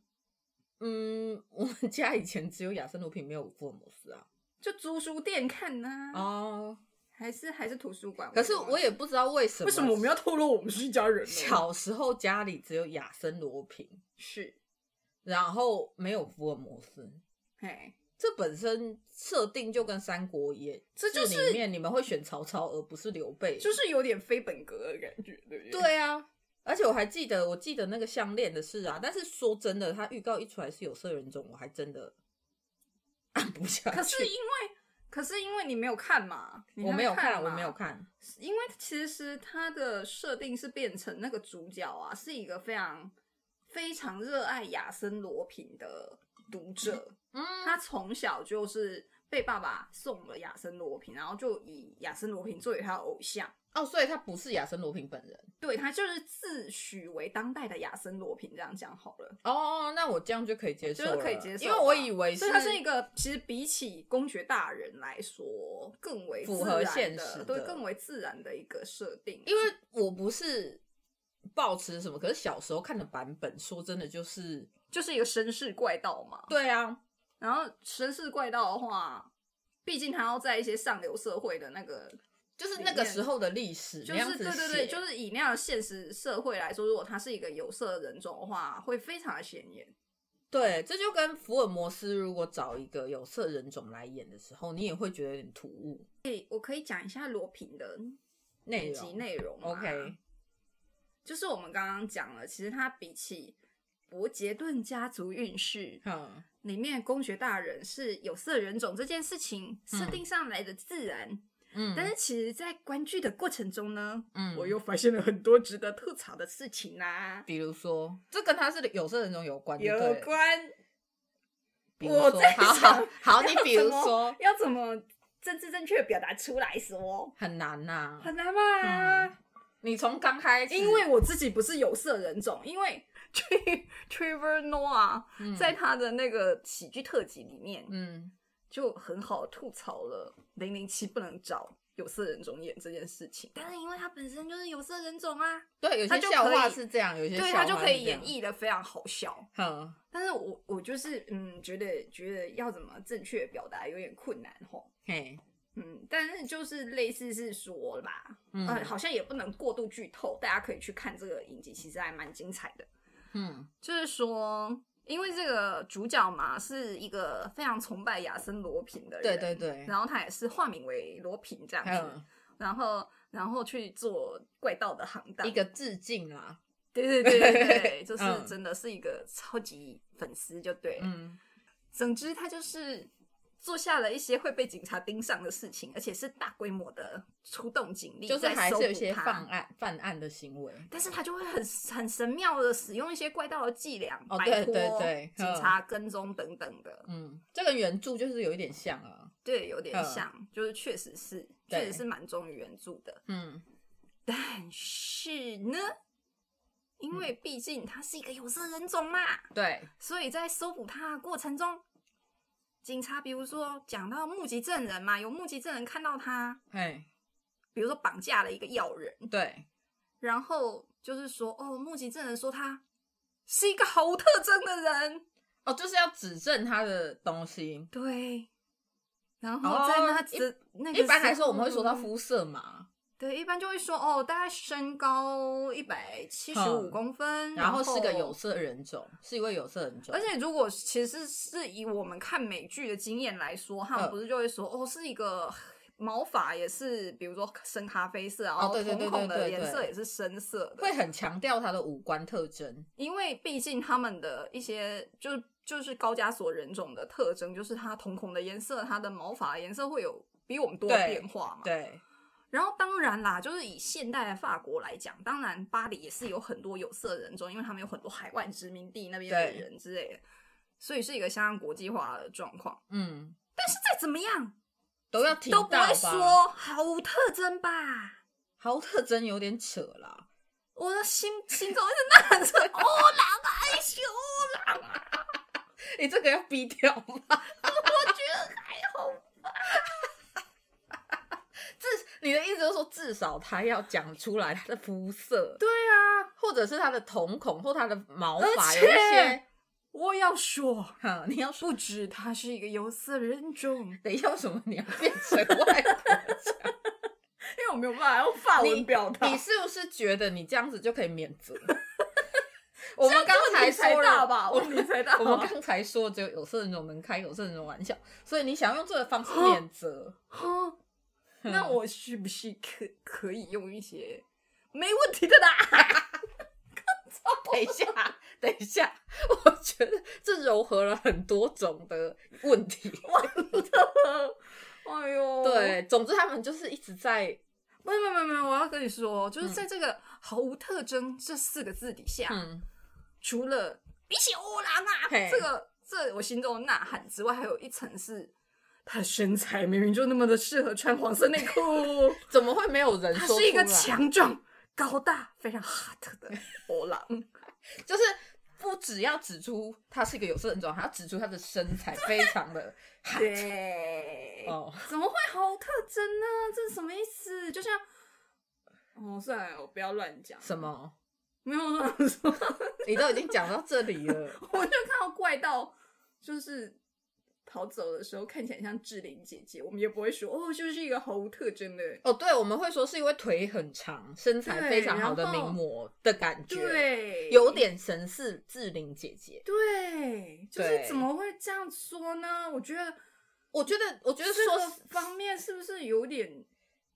[SPEAKER 1] 嗯，我们家以前只有亚森罗平，没有福尔摩斯啊。
[SPEAKER 2] 就租书店看呐、
[SPEAKER 1] 哦，
[SPEAKER 2] 还是还是图书馆。
[SPEAKER 1] 可是我
[SPEAKER 2] 也
[SPEAKER 1] 也不知道为什么，
[SPEAKER 2] 为什么我们要透露我们是一家人呢？
[SPEAKER 1] 小时候家里只有亚森罗平，
[SPEAKER 2] 是，
[SPEAKER 1] 然后没有福尔摩斯。
[SPEAKER 2] 哎，
[SPEAKER 1] 这本身设定就跟《三国演义》
[SPEAKER 2] 这就是
[SPEAKER 1] 里面你们会选曹操而不是刘备，
[SPEAKER 2] 就是有点非本格的感觉，对不对？
[SPEAKER 1] 对啊。而且我还记得，我记得那个项链的事啊。但是说真的，他预告一出来是有色人种，我还真的 [laughs] 按不下去。
[SPEAKER 2] 可是因为，可是因为你没有看嘛，你
[SPEAKER 1] 我没有
[SPEAKER 2] 还看
[SPEAKER 1] 看，
[SPEAKER 2] 嘛
[SPEAKER 1] 我没有，看。
[SPEAKER 2] 因为其实它的设定是变成那个主角啊，是一个非常非常热爱亚森罗平的读者，
[SPEAKER 1] 嗯，
[SPEAKER 2] 他从小就是被爸爸送了亚森罗平，然后就以亚森罗平作为他的偶像。
[SPEAKER 1] 哦，所以他不是亚森罗平本人。
[SPEAKER 2] 对他就是自诩为当代的亚森罗平，这样讲好了，
[SPEAKER 1] 哦，那我这样就可以接受
[SPEAKER 2] 就
[SPEAKER 1] 了，
[SPEAKER 2] 是可以接受
[SPEAKER 1] 因
[SPEAKER 2] 吧。
[SPEAKER 1] 为我以为
[SPEAKER 2] 所以他是一个，其实比起公爵大人来说，更为
[SPEAKER 1] 符
[SPEAKER 2] 自
[SPEAKER 1] 合
[SPEAKER 2] 然
[SPEAKER 1] 现
[SPEAKER 2] 的
[SPEAKER 1] 实
[SPEAKER 2] 对，
[SPEAKER 1] 的
[SPEAKER 2] 更为自然的一个设定。啊
[SPEAKER 1] 因为我不是抱持什么，可是小时候看的版本，说真的就是，
[SPEAKER 2] 就是一个绅士怪盗嘛。
[SPEAKER 1] 对啊，
[SPEAKER 2] 然后绅士怪盗的话，毕竟他要在一些上流社会的那个
[SPEAKER 1] 就是那个时候的历史，
[SPEAKER 2] 就
[SPEAKER 1] 那样
[SPEAKER 2] 是
[SPEAKER 1] 子
[SPEAKER 2] 对对对，
[SPEAKER 1] 写
[SPEAKER 2] 就是以那样的现实社会来说，如果他是一个有色人种的话，会非常的显眼。
[SPEAKER 1] 对，这就跟福尔摩斯如果找一个有色人种来演的时候，你也会觉得有点突兀。
[SPEAKER 2] 诶，我可以讲一下罗平的
[SPEAKER 1] 内
[SPEAKER 2] 剪辑
[SPEAKER 1] 容
[SPEAKER 2] 内容吗
[SPEAKER 1] ，OK，
[SPEAKER 2] 就是我们刚刚讲了，其实他比起伯杰顿家族运势
[SPEAKER 1] 嗯，
[SPEAKER 2] 里面公爵大人是有色人种这件事情设定上来的自然，
[SPEAKER 1] 嗯
[SPEAKER 2] 但是其实，在观剧的过程中呢，
[SPEAKER 1] 嗯
[SPEAKER 2] 我又发现了很多值得吐槽的事情啦、
[SPEAKER 1] 比如说，这跟他是有色人种有关就
[SPEAKER 2] 有
[SPEAKER 1] 啊对了，
[SPEAKER 2] 关
[SPEAKER 1] 比如说
[SPEAKER 2] 我在
[SPEAKER 1] 好好
[SPEAKER 2] 想
[SPEAKER 1] 好，你
[SPEAKER 2] 要
[SPEAKER 1] 比如
[SPEAKER 2] 怎么
[SPEAKER 1] 说
[SPEAKER 2] 要怎么政治正确地表达出来说，
[SPEAKER 1] 很难呐、
[SPEAKER 2] 很难吧？
[SPEAKER 1] 嗯你从刚开始，
[SPEAKER 2] 因为我自己不是有色人种，因为 [laughs] Trevor Noah
[SPEAKER 1] 嗯
[SPEAKER 2] 在他的那个喜剧特辑里面，
[SPEAKER 1] 嗯
[SPEAKER 2] 就很好吐槽了零零七不能找有色人种演这件事情。但是因为他本身就是有色人种啊，
[SPEAKER 1] 对，有
[SPEAKER 2] 他
[SPEAKER 1] 些
[SPEAKER 2] 就
[SPEAKER 1] 笑
[SPEAKER 2] 可
[SPEAKER 1] 话
[SPEAKER 2] 以
[SPEAKER 1] 是这样，有些
[SPEAKER 2] 对
[SPEAKER 1] 笑
[SPEAKER 2] 他就
[SPEAKER 1] 话
[SPEAKER 2] 可
[SPEAKER 1] 是
[SPEAKER 2] 以
[SPEAKER 1] 这
[SPEAKER 2] 演
[SPEAKER 1] 样，
[SPEAKER 2] 绎的非常好笑。
[SPEAKER 1] 嗯，
[SPEAKER 2] 但是我我就是嗯，觉得觉得要怎么正确地表达有点困难吼。
[SPEAKER 1] 嘿，
[SPEAKER 2] 嗯，但是就是类似是说吧，
[SPEAKER 1] 嗯
[SPEAKER 2] 呃，好像也不能过度剧透，大家可以去看这个影集，其实还蛮精彩的。
[SPEAKER 1] 嗯
[SPEAKER 2] 就是说，因为这个主角嘛是一个非常崇拜亚森罗平的人，
[SPEAKER 1] 对对对
[SPEAKER 2] 然后他也是化名为罗平这样
[SPEAKER 1] 还
[SPEAKER 2] 子
[SPEAKER 1] 有，
[SPEAKER 2] 然后然后去做怪盗的行当，
[SPEAKER 1] 一个致敬啦，
[SPEAKER 2] 对对对对
[SPEAKER 1] [laughs]
[SPEAKER 2] 对，就是
[SPEAKER 1] 嗯
[SPEAKER 2] 真的是一个超级粉丝就对了，
[SPEAKER 1] 嗯
[SPEAKER 2] 总之他就是。做下了一些会被警察盯上的事情，而且是大规模的出动警力，
[SPEAKER 1] 就是还是有一些
[SPEAKER 2] 放
[SPEAKER 1] 犯案犯案的行为，
[SPEAKER 2] 但是他就会很很神妙的使用一些怪盗的伎俩，
[SPEAKER 1] 哦
[SPEAKER 2] 摆
[SPEAKER 1] 对
[SPEAKER 2] 脱
[SPEAKER 1] 对对
[SPEAKER 2] 警察跟踪等等的，
[SPEAKER 1] 嗯，这跟原著就是有一点像啊，
[SPEAKER 2] 对，有点
[SPEAKER 1] 嗯
[SPEAKER 2] 像，就是确实是，
[SPEAKER 1] 对
[SPEAKER 2] 确实是蛮忠于原著的。
[SPEAKER 1] 嗯，
[SPEAKER 2] 但是呢，因
[SPEAKER 1] 嗯
[SPEAKER 2] 为毕竟他是一个有色人种嘛，
[SPEAKER 1] 对，
[SPEAKER 2] 所以在搜捕他的过程中，警察比如说讲到目击证人嘛，有目击证人看到他，
[SPEAKER 1] 嘿，
[SPEAKER 2] 比如说绑架了一个要人，
[SPEAKER 1] 对，
[SPEAKER 2] 然后就是说，哦，目击证人说他是一个毫无特征的人，
[SPEAKER 1] 哦，就是要指证他的东西。
[SPEAKER 2] 对。然后在那
[SPEAKER 1] 哦一
[SPEAKER 2] 这、那个
[SPEAKER 1] 一般来说，
[SPEAKER 2] 时
[SPEAKER 1] 我们会说到
[SPEAKER 2] 候
[SPEAKER 1] 肤色嘛，
[SPEAKER 2] 对，一般就会说哦，大概身高一百七十五
[SPEAKER 1] 嗯
[SPEAKER 2] 公分，
[SPEAKER 1] 然
[SPEAKER 2] 后
[SPEAKER 1] 后是个有，色人种，是一位有色人种，
[SPEAKER 2] 而且如果其实是以我们看美剧的经验来说，他们
[SPEAKER 1] 嗯
[SPEAKER 2] 不是就会说哦，是一个毛发也是，比如说深咖啡色，然
[SPEAKER 1] 哦
[SPEAKER 2] 后
[SPEAKER 1] 对对
[SPEAKER 2] 瞳
[SPEAKER 1] 对
[SPEAKER 2] 孔的
[SPEAKER 1] 对对
[SPEAKER 2] 颜色
[SPEAKER 1] 对
[SPEAKER 2] 也是深色的，
[SPEAKER 1] 会很强调他的五官特征。
[SPEAKER 2] 因为毕竟他们的一些就是就是高加索人种的特征，就是它瞳孔的颜色，它的毛发的颜色会有比我们多的
[SPEAKER 1] 对
[SPEAKER 2] 变化嘛，
[SPEAKER 1] 对，
[SPEAKER 2] 然后当然啦，就是以现代的法国来讲，当然巴黎也是有很多有色人种，因为他们有很多海外殖民地那边的
[SPEAKER 1] 对
[SPEAKER 2] 人之类的，所以是一个相当国际化的状况。
[SPEAKER 1] 嗯，
[SPEAKER 2] 再怎么样
[SPEAKER 1] 都要提
[SPEAKER 2] 都
[SPEAKER 1] 到
[SPEAKER 2] 不会
[SPEAKER 1] 吧。
[SPEAKER 2] 说毫无特征吧？
[SPEAKER 1] 豪特征有点扯啦，
[SPEAKER 2] 我的心心中一直
[SPEAKER 1] [laughs]
[SPEAKER 2] 纳着欧郎啊，哎修欧郎啊，
[SPEAKER 1] 你这个要逼掉吗？
[SPEAKER 2] 我觉得还好。
[SPEAKER 1] 至你的意思就是说，至少他要讲出来他的肤色，
[SPEAKER 2] 对啊，
[SPEAKER 1] 或者是他的瞳孔或他的毛
[SPEAKER 2] 而
[SPEAKER 1] 发
[SPEAKER 2] 且
[SPEAKER 1] 有一些。
[SPEAKER 2] 我要说，
[SPEAKER 1] 哈，你要说，
[SPEAKER 2] 不止他是一个有色人种，因
[SPEAKER 1] 等一下为什么你要变成外国
[SPEAKER 2] [laughs]
[SPEAKER 1] 人？
[SPEAKER 2] 为我没有办法用法
[SPEAKER 1] 你
[SPEAKER 2] 文表达。
[SPEAKER 1] 你是不是觉得你这样子就可以免
[SPEAKER 2] [laughs]
[SPEAKER 1] 责？我们刚才
[SPEAKER 2] 才
[SPEAKER 1] 说
[SPEAKER 2] 大
[SPEAKER 1] 了
[SPEAKER 2] 吧？
[SPEAKER 1] 我
[SPEAKER 2] 问题才大吧。
[SPEAKER 1] 我们刚才说只有有色人种能开有色人种玩笑，所以你想用这个方式免责，
[SPEAKER 2] 哦，
[SPEAKER 1] 嗯
[SPEAKER 2] [laughs] 那我是不是可可以用一些没问题
[SPEAKER 1] [laughs]
[SPEAKER 2] 的啦？
[SPEAKER 1] 等一下，等一下，我觉得这糅合了很多种的问题。
[SPEAKER 2] 哎呦，
[SPEAKER 1] 对，总之他们就是一直在，
[SPEAKER 2] 没有，没有没有没有，我要跟你说，就是在这个毫无特征这四个字底下，
[SPEAKER 1] 嗯，
[SPEAKER 2] 除了比起欧郎啊
[SPEAKER 1] 嘿
[SPEAKER 2] 这个这我心中的呐喊之外，还有一层是。他的身材明明就那么的适合穿黄色内
[SPEAKER 1] [laughs]
[SPEAKER 2] 裤，
[SPEAKER 1] 怎么会没有人
[SPEAKER 2] 他
[SPEAKER 1] 说
[SPEAKER 2] 是一个
[SPEAKER 1] 出来
[SPEAKER 2] 强壮、高大、非常 hot 的欧
[SPEAKER 1] [laughs]
[SPEAKER 2] 郎，
[SPEAKER 1] 就是不只要指出他是一个有色人种，还要指出他的身材非常
[SPEAKER 2] [laughs]
[SPEAKER 1] 的好
[SPEAKER 2] 对
[SPEAKER 1] 哦，
[SPEAKER 2] 怎么会毫无特征呢？这是什么意思？就像，哦，算了，我不要乱讲。
[SPEAKER 1] 什？么？
[SPEAKER 2] 没有 [laughs] 乱说， [laughs]
[SPEAKER 1] 你都已经讲到这里了，
[SPEAKER 2] 我就看到怪盗，就是跑走的时候看起来像志玲姐姐，我们也不会说哦，就是一个毫无特征的。
[SPEAKER 1] 哦，对，我们会说是因为腿很长、身材非常好的
[SPEAKER 2] 对然
[SPEAKER 1] 名
[SPEAKER 2] 后
[SPEAKER 1] 模的感觉，，
[SPEAKER 2] 对，
[SPEAKER 1] 有点神似志玲姐姐。
[SPEAKER 2] 对，就是
[SPEAKER 1] 对
[SPEAKER 2] 怎么会这样说呢？我觉得
[SPEAKER 1] 我觉得，我觉得
[SPEAKER 2] 这
[SPEAKER 1] 说
[SPEAKER 2] 个方面是不是有点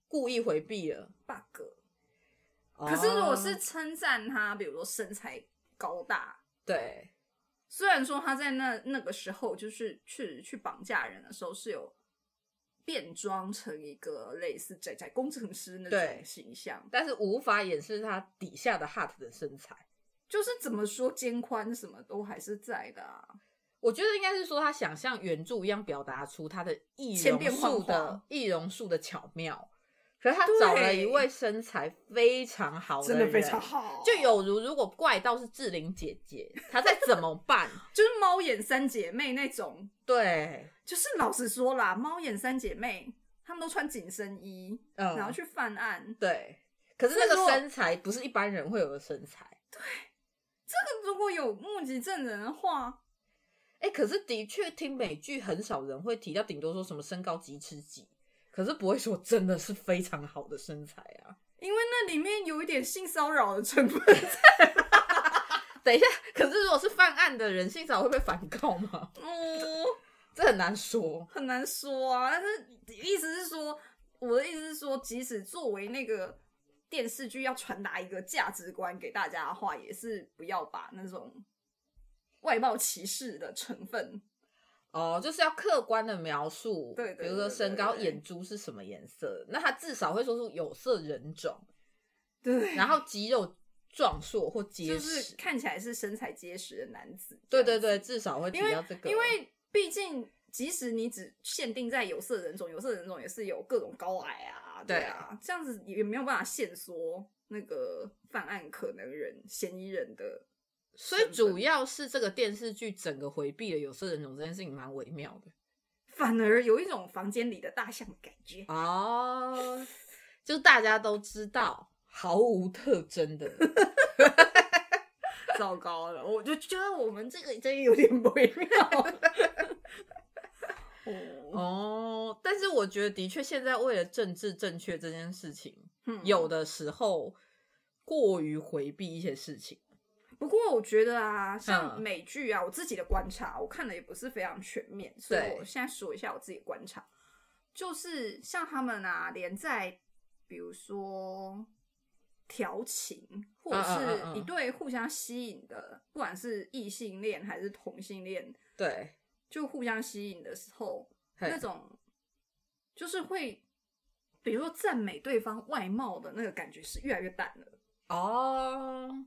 [SPEAKER 1] 故意回避了。
[SPEAKER 2] bug？可是如果是
[SPEAKER 1] 哦
[SPEAKER 2] 称赞他，比如说身材高大，
[SPEAKER 1] 对，
[SPEAKER 2] 虽然说他在那那个时候就是去去绑架人的时候是有变装成一个类似宅宅工程师那种
[SPEAKER 1] 对
[SPEAKER 2] 形象，
[SPEAKER 1] 但是无法掩饰她底下的 hot 的身材。
[SPEAKER 2] 就是怎么说肩宽什么都还是在的啊。
[SPEAKER 1] 我觉得应该是说，他想像原著一样表达出他的易
[SPEAKER 2] 千
[SPEAKER 1] 容
[SPEAKER 2] 变万
[SPEAKER 1] 术的
[SPEAKER 2] 化
[SPEAKER 1] 易容术的巧妙。可是他找了
[SPEAKER 2] 对
[SPEAKER 1] 一位身材非常好
[SPEAKER 2] 真
[SPEAKER 1] 的
[SPEAKER 2] 的
[SPEAKER 1] 人
[SPEAKER 2] 非常， [laughs] 好，
[SPEAKER 1] 就有如如果怪盗是志玲姐姐，她再怎么
[SPEAKER 2] [laughs]
[SPEAKER 1] 办？
[SPEAKER 2] 就是猫眼三姐妹那种，
[SPEAKER 1] 对，
[SPEAKER 2] 就是老实说啦，猫眼三姐妹她们都穿紧身衣，
[SPEAKER 1] 嗯，
[SPEAKER 2] 然后去犯案，
[SPEAKER 1] 对。可是那
[SPEAKER 2] 所以如
[SPEAKER 1] 个
[SPEAKER 2] 果
[SPEAKER 1] 身材不是一般人会有的身材。
[SPEAKER 2] 如果有目击证人的话，
[SPEAKER 1] 哎、可是的确听美剧很少人会提到，顶多说什么身高几尺几，可是不会说真的是非常好的身材啊。
[SPEAKER 2] 因为那里面有一点性骚扰的成分。 [laughs]
[SPEAKER 1] 等一下，可是如果是犯案的人，性骚扰会被反告吗？ [laughs]
[SPEAKER 2] 哦，
[SPEAKER 1] 这很难说。
[SPEAKER 2] 很难说啊。但是意思是说，我的意思是说，即使作为那个电视剧要传达一个价值观给大家的话，也是不要把那种外貌歧视的成分。
[SPEAKER 1] 哦，就是要客观的描述，
[SPEAKER 2] 对对
[SPEAKER 1] 比如说
[SPEAKER 2] 对
[SPEAKER 1] 身高、
[SPEAKER 2] 对对
[SPEAKER 1] 眼珠是什么颜色，那他至少会说出有色人种，
[SPEAKER 2] 对，
[SPEAKER 1] 然后肌肉壮硕或结
[SPEAKER 2] 就
[SPEAKER 1] 实，
[SPEAKER 2] 是看起来是身材结实的男子。
[SPEAKER 1] 对对对，至少会提
[SPEAKER 2] 因为
[SPEAKER 1] 到这个，
[SPEAKER 2] 因为毕竟，即使你只限定在有色人种，有色人种也是有各种高矮啊，对
[SPEAKER 1] 对
[SPEAKER 2] 啊，这样子也没有办法限缩那个犯案可能人、嫌疑人的。
[SPEAKER 1] 所以主要是这个电视剧整个回避了有色人种这件事情，蛮微妙的
[SPEAKER 2] 反而有一种房间里的大象的感觉，
[SPEAKER 1] 哦， [laughs] 就是大家都知道毫无特征的，
[SPEAKER 2] [laughs] 糟糕了！我就觉得我们这个真的有点微妙。 [laughs] 哦，
[SPEAKER 1] 哦，但是我觉得的确，现在为了政治正确这件事情，
[SPEAKER 2] 嗯
[SPEAKER 1] 有的时候过于回避一些事情。
[SPEAKER 2] 嗯不过我觉得啊，像
[SPEAKER 1] 嗯
[SPEAKER 2] 美剧啊，我自己的观察，我看的也不是非常全面，所以
[SPEAKER 1] 对
[SPEAKER 2] 我现在说一下我自己的观察，就是像他们啊，连在比如说调情，或
[SPEAKER 1] 嗯
[SPEAKER 2] 者
[SPEAKER 1] 嗯嗯
[SPEAKER 2] 是
[SPEAKER 1] 嗯
[SPEAKER 2] 一对互相吸引的，不管是异性恋还是同性恋，
[SPEAKER 1] 对，
[SPEAKER 2] 就互相吸引的时候，
[SPEAKER 1] 嘿
[SPEAKER 2] 那种就是会，比如说赞美对方外貌的那个感觉是越来越淡了。
[SPEAKER 1] 哦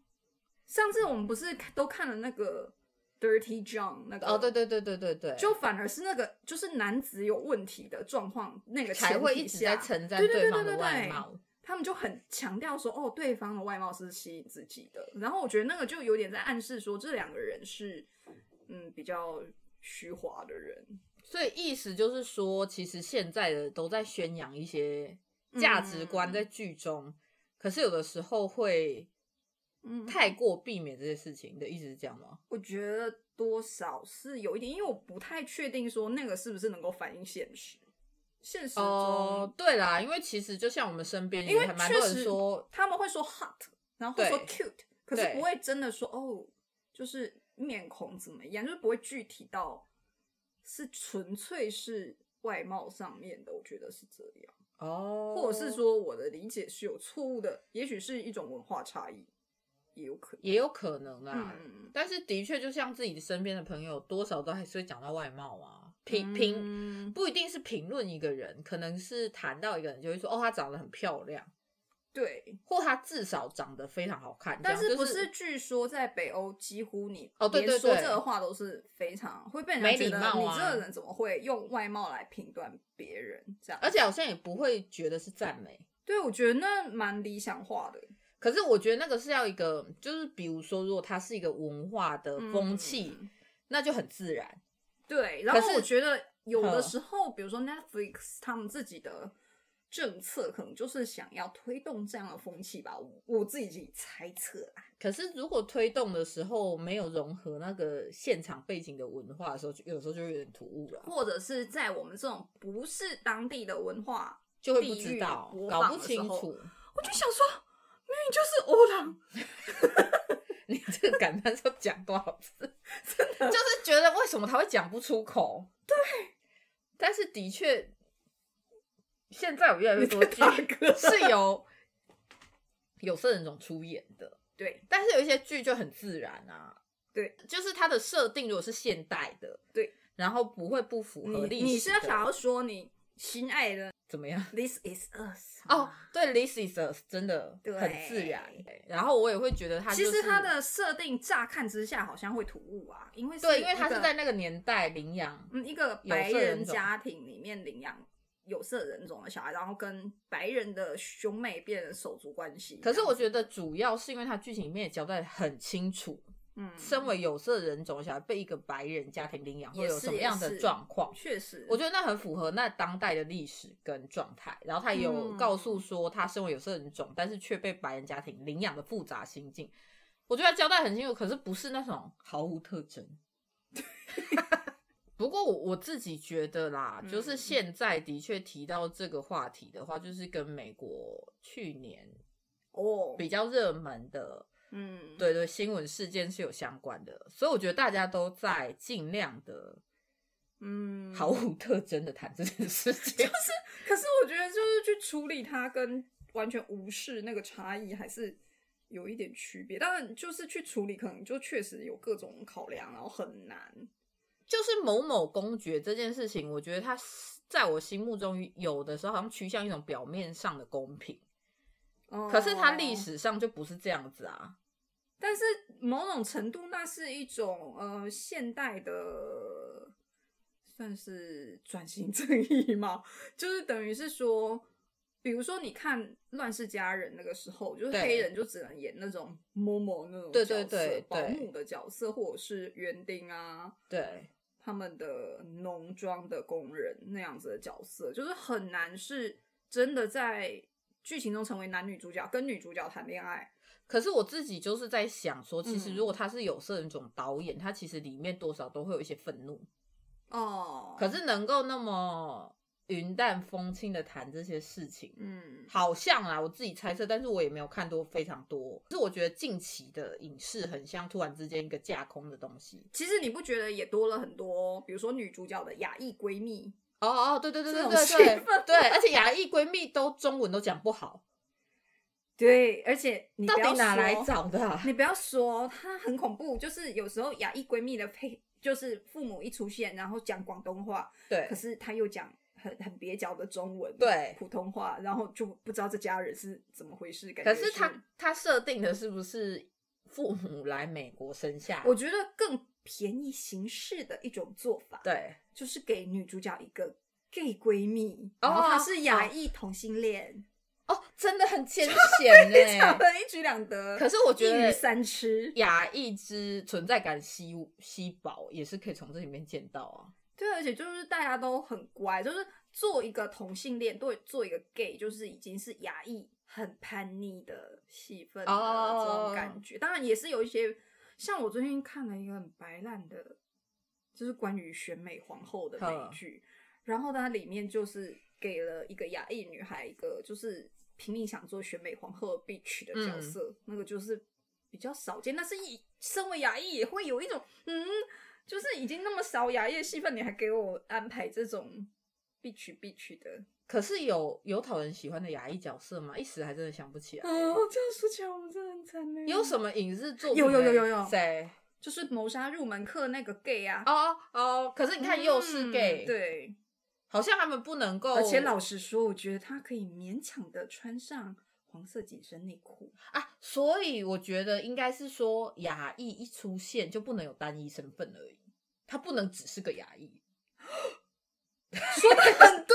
[SPEAKER 2] 上次我们不是都看了那个 Dirty John 那个
[SPEAKER 1] 哦，对对对对对对，
[SPEAKER 2] 就反而是那个就是男子有问题的状况，那个
[SPEAKER 1] 才
[SPEAKER 2] 前
[SPEAKER 1] 会
[SPEAKER 2] 提
[SPEAKER 1] 一直
[SPEAKER 2] 下
[SPEAKER 1] 在称赞
[SPEAKER 2] 对对对
[SPEAKER 1] 方
[SPEAKER 2] 对
[SPEAKER 1] 的
[SPEAKER 2] 对
[SPEAKER 1] 外
[SPEAKER 2] 对
[SPEAKER 1] 貌。
[SPEAKER 2] 他们就很强调说哦，对方的外貌是吸引自己的。然后我觉得那个就有点在暗示说这两个人是嗯比较虚华的人，
[SPEAKER 1] 所以意思就是说，其实现在的都在宣扬一些价值观
[SPEAKER 2] 嗯
[SPEAKER 1] 在剧中，可是有的时候会
[SPEAKER 2] 嗯，
[SPEAKER 1] 太过避免这些事情。你的意思是这样吗？
[SPEAKER 2] 我觉得多少是有一点，因为我不太确定说那个是不是能够反映现实，现实中、
[SPEAKER 1] 哦，对啦，因为其实就像我们身边，
[SPEAKER 2] 因为
[SPEAKER 1] 还蛮
[SPEAKER 2] 确
[SPEAKER 1] 多人
[SPEAKER 2] 实
[SPEAKER 1] 说，
[SPEAKER 2] 他们会说 hot，然后会
[SPEAKER 1] 对
[SPEAKER 2] 说 cute，可是
[SPEAKER 1] 对
[SPEAKER 2] 不会真的说哦，就是面孔怎么样，就是不会具体到是纯粹是外貌上面的，我觉得是这样，
[SPEAKER 1] 哦，
[SPEAKER 2] 或者是说我的理解是有错误的，也许是一种文化差异，也有可能。
[SPEAKER 1] 也有可能啦。
[SPEAKER 2] 嗯，
[SPEAKER 1] 但是的确，就像自己身边的朋友，多少都还是会讲到外貌啊，评评、
[SPEAKER 2] 嗯
[SPEAKER 1] 不一定是评论一个人，可能是谈到一个人就会说，哦，她长得很漂亮，
[SPEAKER 2] 对，
[SPEAKER 1] 或她至少长得非常好看。
[SPEAKER 2] 但
[SPEAKER 1] 这样
[SPEAKER 2] 不
[SPEAKER 1] 就是
[SPEAKER 2] 据说在北欧，几乎你
[SPEAKER 1] 哦对
[SPEAKER 2] 连
[SPEAKER 1] 对
[SPEAKER 2] 说
[SPEAKER 1] 对
[SPEAKER 2] 这个话都是非常会被人
[SPEAKER 1] 没
[SPEAKER 2] 家觉
[SPEAKER 1] 礼
[SPEAKER 2] 得
[SPEAKER 1] 貌
[SPEAKER 2] 你
[SPEAKER 1] 啊
[SPEAKER 2] 这个人怎么会用外貌来评断别人这样？
[SPEAKER 1] 而且好像也不会觉得是赞美。
[SPEAKER 2] 对，我觉得那蛮理想化的。
[SPEAKER 1] 可是我觉得那个是要一个，就是比如说，如果它是一个文化的风气，
[SPEAKER 2] 嗯
[SPEAKER 1] 那就很自然。
[SPEAKER 2] 对，然后
[SPEAKER 1] 可是
[SPEAKER 2] 我觉得有的
[SPEAKER 1] 呵
[SPEAKER 2] 时候，比如说 Netflix 他们自己的政策可能就是想要推动这样的风气吧，我我自己猜测啦。
[SPEAKER 1] 可是如果推动的时候没有融合那个现场背景的文化的时候，就有时候就会有点突兀了，
[SPEAKER 2] 或者是在我们这种不是当地的文化，
[SPEAKER 1] 就会不知道
[SPEAKER 2] 地域，播
[SPEAKER 1] 搞
[SPEAKER 2] 放
[SPEAKER 1] 不
[SPEAKER 2] 的时
[SPEAKER 1] 清
[SPEAKER 2] 候
[SPEAKER 1] 楚。 [laughs]
[SPEAKER 2] 我就想说，明明就是欧郎，
[SPEAKER 1] 你这个感叹要讲多少次？真的就是觉得为什么他会讲不出口？对，但是的确，现在 [laughs] 有越来越多剧
[SPEAKER 2] 大哥
[SPEAKER 1] 是由有色人种出演的，
[SPEAKER 2] [laughs] 对
[SPEAKER 1] 但是有一些剧就很自然啊。
[SPEAKER 2] 对，
[SPEAKER 1] 就是它的设定如果是现代的，
[SPEAKER 2] 对，
[SPEAKER 1] 然后不会不符合历
[SPEAKER 2] 你
[SPEAKER 1] 史的。
[SPEAKER 2] 你是要想要说你心爱的
[SPEAKER 1] 怎么样？
[SPEAKER 2] This is us 吗
[SPEAKER 1] 哦，对，This is us 真的
[SPEAKER 2] 对
[SPEAKER 1] 很自然。然后我也会觉得它、
[SPEAKER 2] 其
[SPEAKER 1] 就是，
[SPEAKER 2] 实它的设定乍看之下好像会突兀啊，因为是
[SPEAKER 1] 对，因为它
[SPEAKER 2] 一
[SPEAKER 1] 是
[SPEAKER 2] 个
[SPEAKER 1] 在那个年代领养
[SPEAKER 2] 嗯一个
[SPEAKER 1] 有色
[SPEAKER 2] 白
[SPEAKER 1] 人
[SPEAKER 2] 人
[SPEAKER 1] 种
[SPEAKER 2] 家庭里面领养有色人种的小孩，然后跟白人的兄妹变成手足关系。
[SPEAKER 1] 可是我
[SPEAKER 2] 得，
[SPEAKER 1] 觉得主要是因为它剧情里面也交代得很清楚，
[SPEAKER 2] 嗯，
[SPEAKER 1] 身为有色人种的小孩被一个白人家庭领养
[SPEAKER 2] 也
[SPEAKER 1] 会有
[SPEAKER 2] 是
[SPEAKER 1] 什么
[SPEAKER 2] 也
[SPEAKER 1] 样的
[SPEAKER 2] 是
[SPEAKER 1] 状况？
[SPEAKER 2] 确实，
[SPEAKER 1] 我觉得那很符合那当代的历史跟状态。然后他也有
[SPEAKER 2] 嗯
[SPEAKER 1] 告诉说，他身为有色人种，但是却被白人家庭领养的复杂心境。我觉得他交代很清楚，可是不是那种毫无特征。 [laughs] 不过我我自己觉得啦，
[SPEAKER 2] 嗯
[SPEAKER 1] 就是现在的确提到这个话题的话，就是跟美国去年
[SPEAKER 2] 哦，
[SPEAKER 1] 比较热门的
[SPEAKER 2] 嗯，
[SPEAKER 1] 对对，新闻事件是有相关的，所以我觉得大家都在尽量的
[SPEAKER 2] 嗯，
[SPEAKER 1] 毫无特征的谈这件事情。
[SPEAKER 2] 可是我觉得就是去处理它跟完全无视那个差异还是有一点区别，当然就是去处理可能就确实有各种考量，然后很难。
[SPEAKER 1] 就是某某公爵这件事情，我觉得它是在我心目中有的时候好像趋向一种表面上的公平，可是它历
[SPEAKER 2] 哦
[SPEAKER 1] 史上就不是这样子啊。
[SPEAKER 2] 但是某种程度，那是一种呃现代的算是转型正义吗？就是等于是说，比如说你看《乱世佳人》那个时候，就是
[SPEAKER 1] 对
[SPEAKER 2] 黑人就只能演那种某某那种
[SPEAKER 1] 对
[SPEAKER 2] 角色，
[SPEAKER 1] 对对
[SPEAKER 2] 保
[SPEAKER 1] 对
[SPEAKER 2] 姆的角色，或者是园丁啊，
[SPEAKER 1] 对，
[SPEAKER 2] 他们的农庄的工人那样子的角色，就是很难是真的在剧情中成为男女主角，跟女主角谈恋爱。
[SPEAKER 1] 可是我自己就是在想说，其实
[SPEAKER 2] 嗯
[SPEAKER 1] 如果他是有色人种导演，他其实里面多少都会有一些愤怒，
[SPEAKER 2] 哦，
[SPEAKER 1] 可是能够那么云淡风轻的谈这些事情，
[SPEAKER 2] 嗯，
[SPEAKER 1] 好像啊啦，我自己猜测，但是我也没有看多非常多。可是我觉得近期的影视很像突然之间一个架空的东西。
[SPEAKER 2] 其实你不觉得也多了很多，比如说女主角的亚裔闺蜜，
[SPEAKER 1] 哦哦，对对对对
[SPEAKER 2] 这种
[SPEAKER 1] 对
[SPEAKER 2] 气
[SPEAKER 1] 对
[SPEAKER 2] 氛
[SPEAKER 1] 对，而且亚裔闺蜜都中文都讲不好，
[SPEAKER 2] 对，而且你
[SPEAKER 1] 到
[SPEAKER 2] 不要
[SPEAKER 1] 底哪来
[SPEAKER 2] 说？
[SPEAKER 1] 找的、啊？
[SPEAKER 2] 你不要说，她很恐怖，就是有时候亚裔闺蜜的配，就是父母一出现，然后讲广东话，
[SPEAKER 1] 对
[SPEAKER 2] [laughs] 可是她又讲很很蹩脚的中文，
[SPEAKER 1] 对
[SPEAKER 2] 普通话，然后就不知道这家人是怎么回事，感觉
[SPEAKER 1] 可是他他设定的是不是父母来美国生下？
[SPEAKER 2] 我觉得更便宜形式的一种做法，
[SPEAKER 1] 对
[SPEAKER 2] 就是给女主角一个 gay 闺蜜，
[SPEAKER 1] 哦
[SPEAKER 2] 然后她是亚裔同性恋，
[SPEAKER 1] 哦，真的
[SPEAKER 2] [laughs]
[SPEAKER 1] 很浅显
[SPEAKER 2] 非常
[SPEAKER 1] 呢。
[SPEAKER 2] 的一举两得。
[SPEAKER 1] 可是我觉
[SPEAKER 2] 一鱼
[SPEAKER 1] 得
[SPEAKER 2] 三吃，
[SPEAKER 1] 亚裔之存在感稀稀薄，也是可以从这里面见到啊。
[SPEAKER 2] 对，而且就是大家都很乖，就是做一个同性恋，对，做一个 gay，就是已经是亚裔很叛逆的戏份的
[SPEAKER 1] 哦
[SPEAKER 2] 这种感觉。当然也是有一些，像我最近看了一个很白烂的，就是关于选美皇后的美剧，然后它里面就是给了一个亚裔女孩一个就是拼命想做选美皇后的 bitch 的角色，那个就是比较少见，但是一身为亚裔也会有一种嗯。就是已经那么少牙叶戏份，你还给我安排这种必取必取的？
[SPEAKER 1] 可是有有讨人喜欢的牙医角色吗？一时还真的想不起来。
[SPEAKER 2] 哦，这样说起来我们真的很惨欸呢。
[SPEAKER 1] 有什
[SPEAKER 2] 么？
[SPEAKER 1] 么影视作品
[SPEAKER 2] 有
[SPEAKER 1] 呢？
[SPEAKER 2] 有有有有
[SPEAKER 1] 谁？
[SPEAKER 2] 就是谋杀入门课那个 gay 啊。
[SPEAKER 1] 哦哦，可是你看又是
[SPEAKER 2] 嗯
[SPEAKER 1] gay，、，
[SPEAKER 2] 对。
[SPEAKER 1] 好像他们不能够，
[SPEAKER 2] 而且老实说，我觉得他可以勉强的穿上黄色紧身内裤。
[SPEAKER 1] 啊，所以我觉得应该是说亚裔一出现就不能有单一身份而已，他不能只是个亚裔。
[SPEAKER 2] 很对，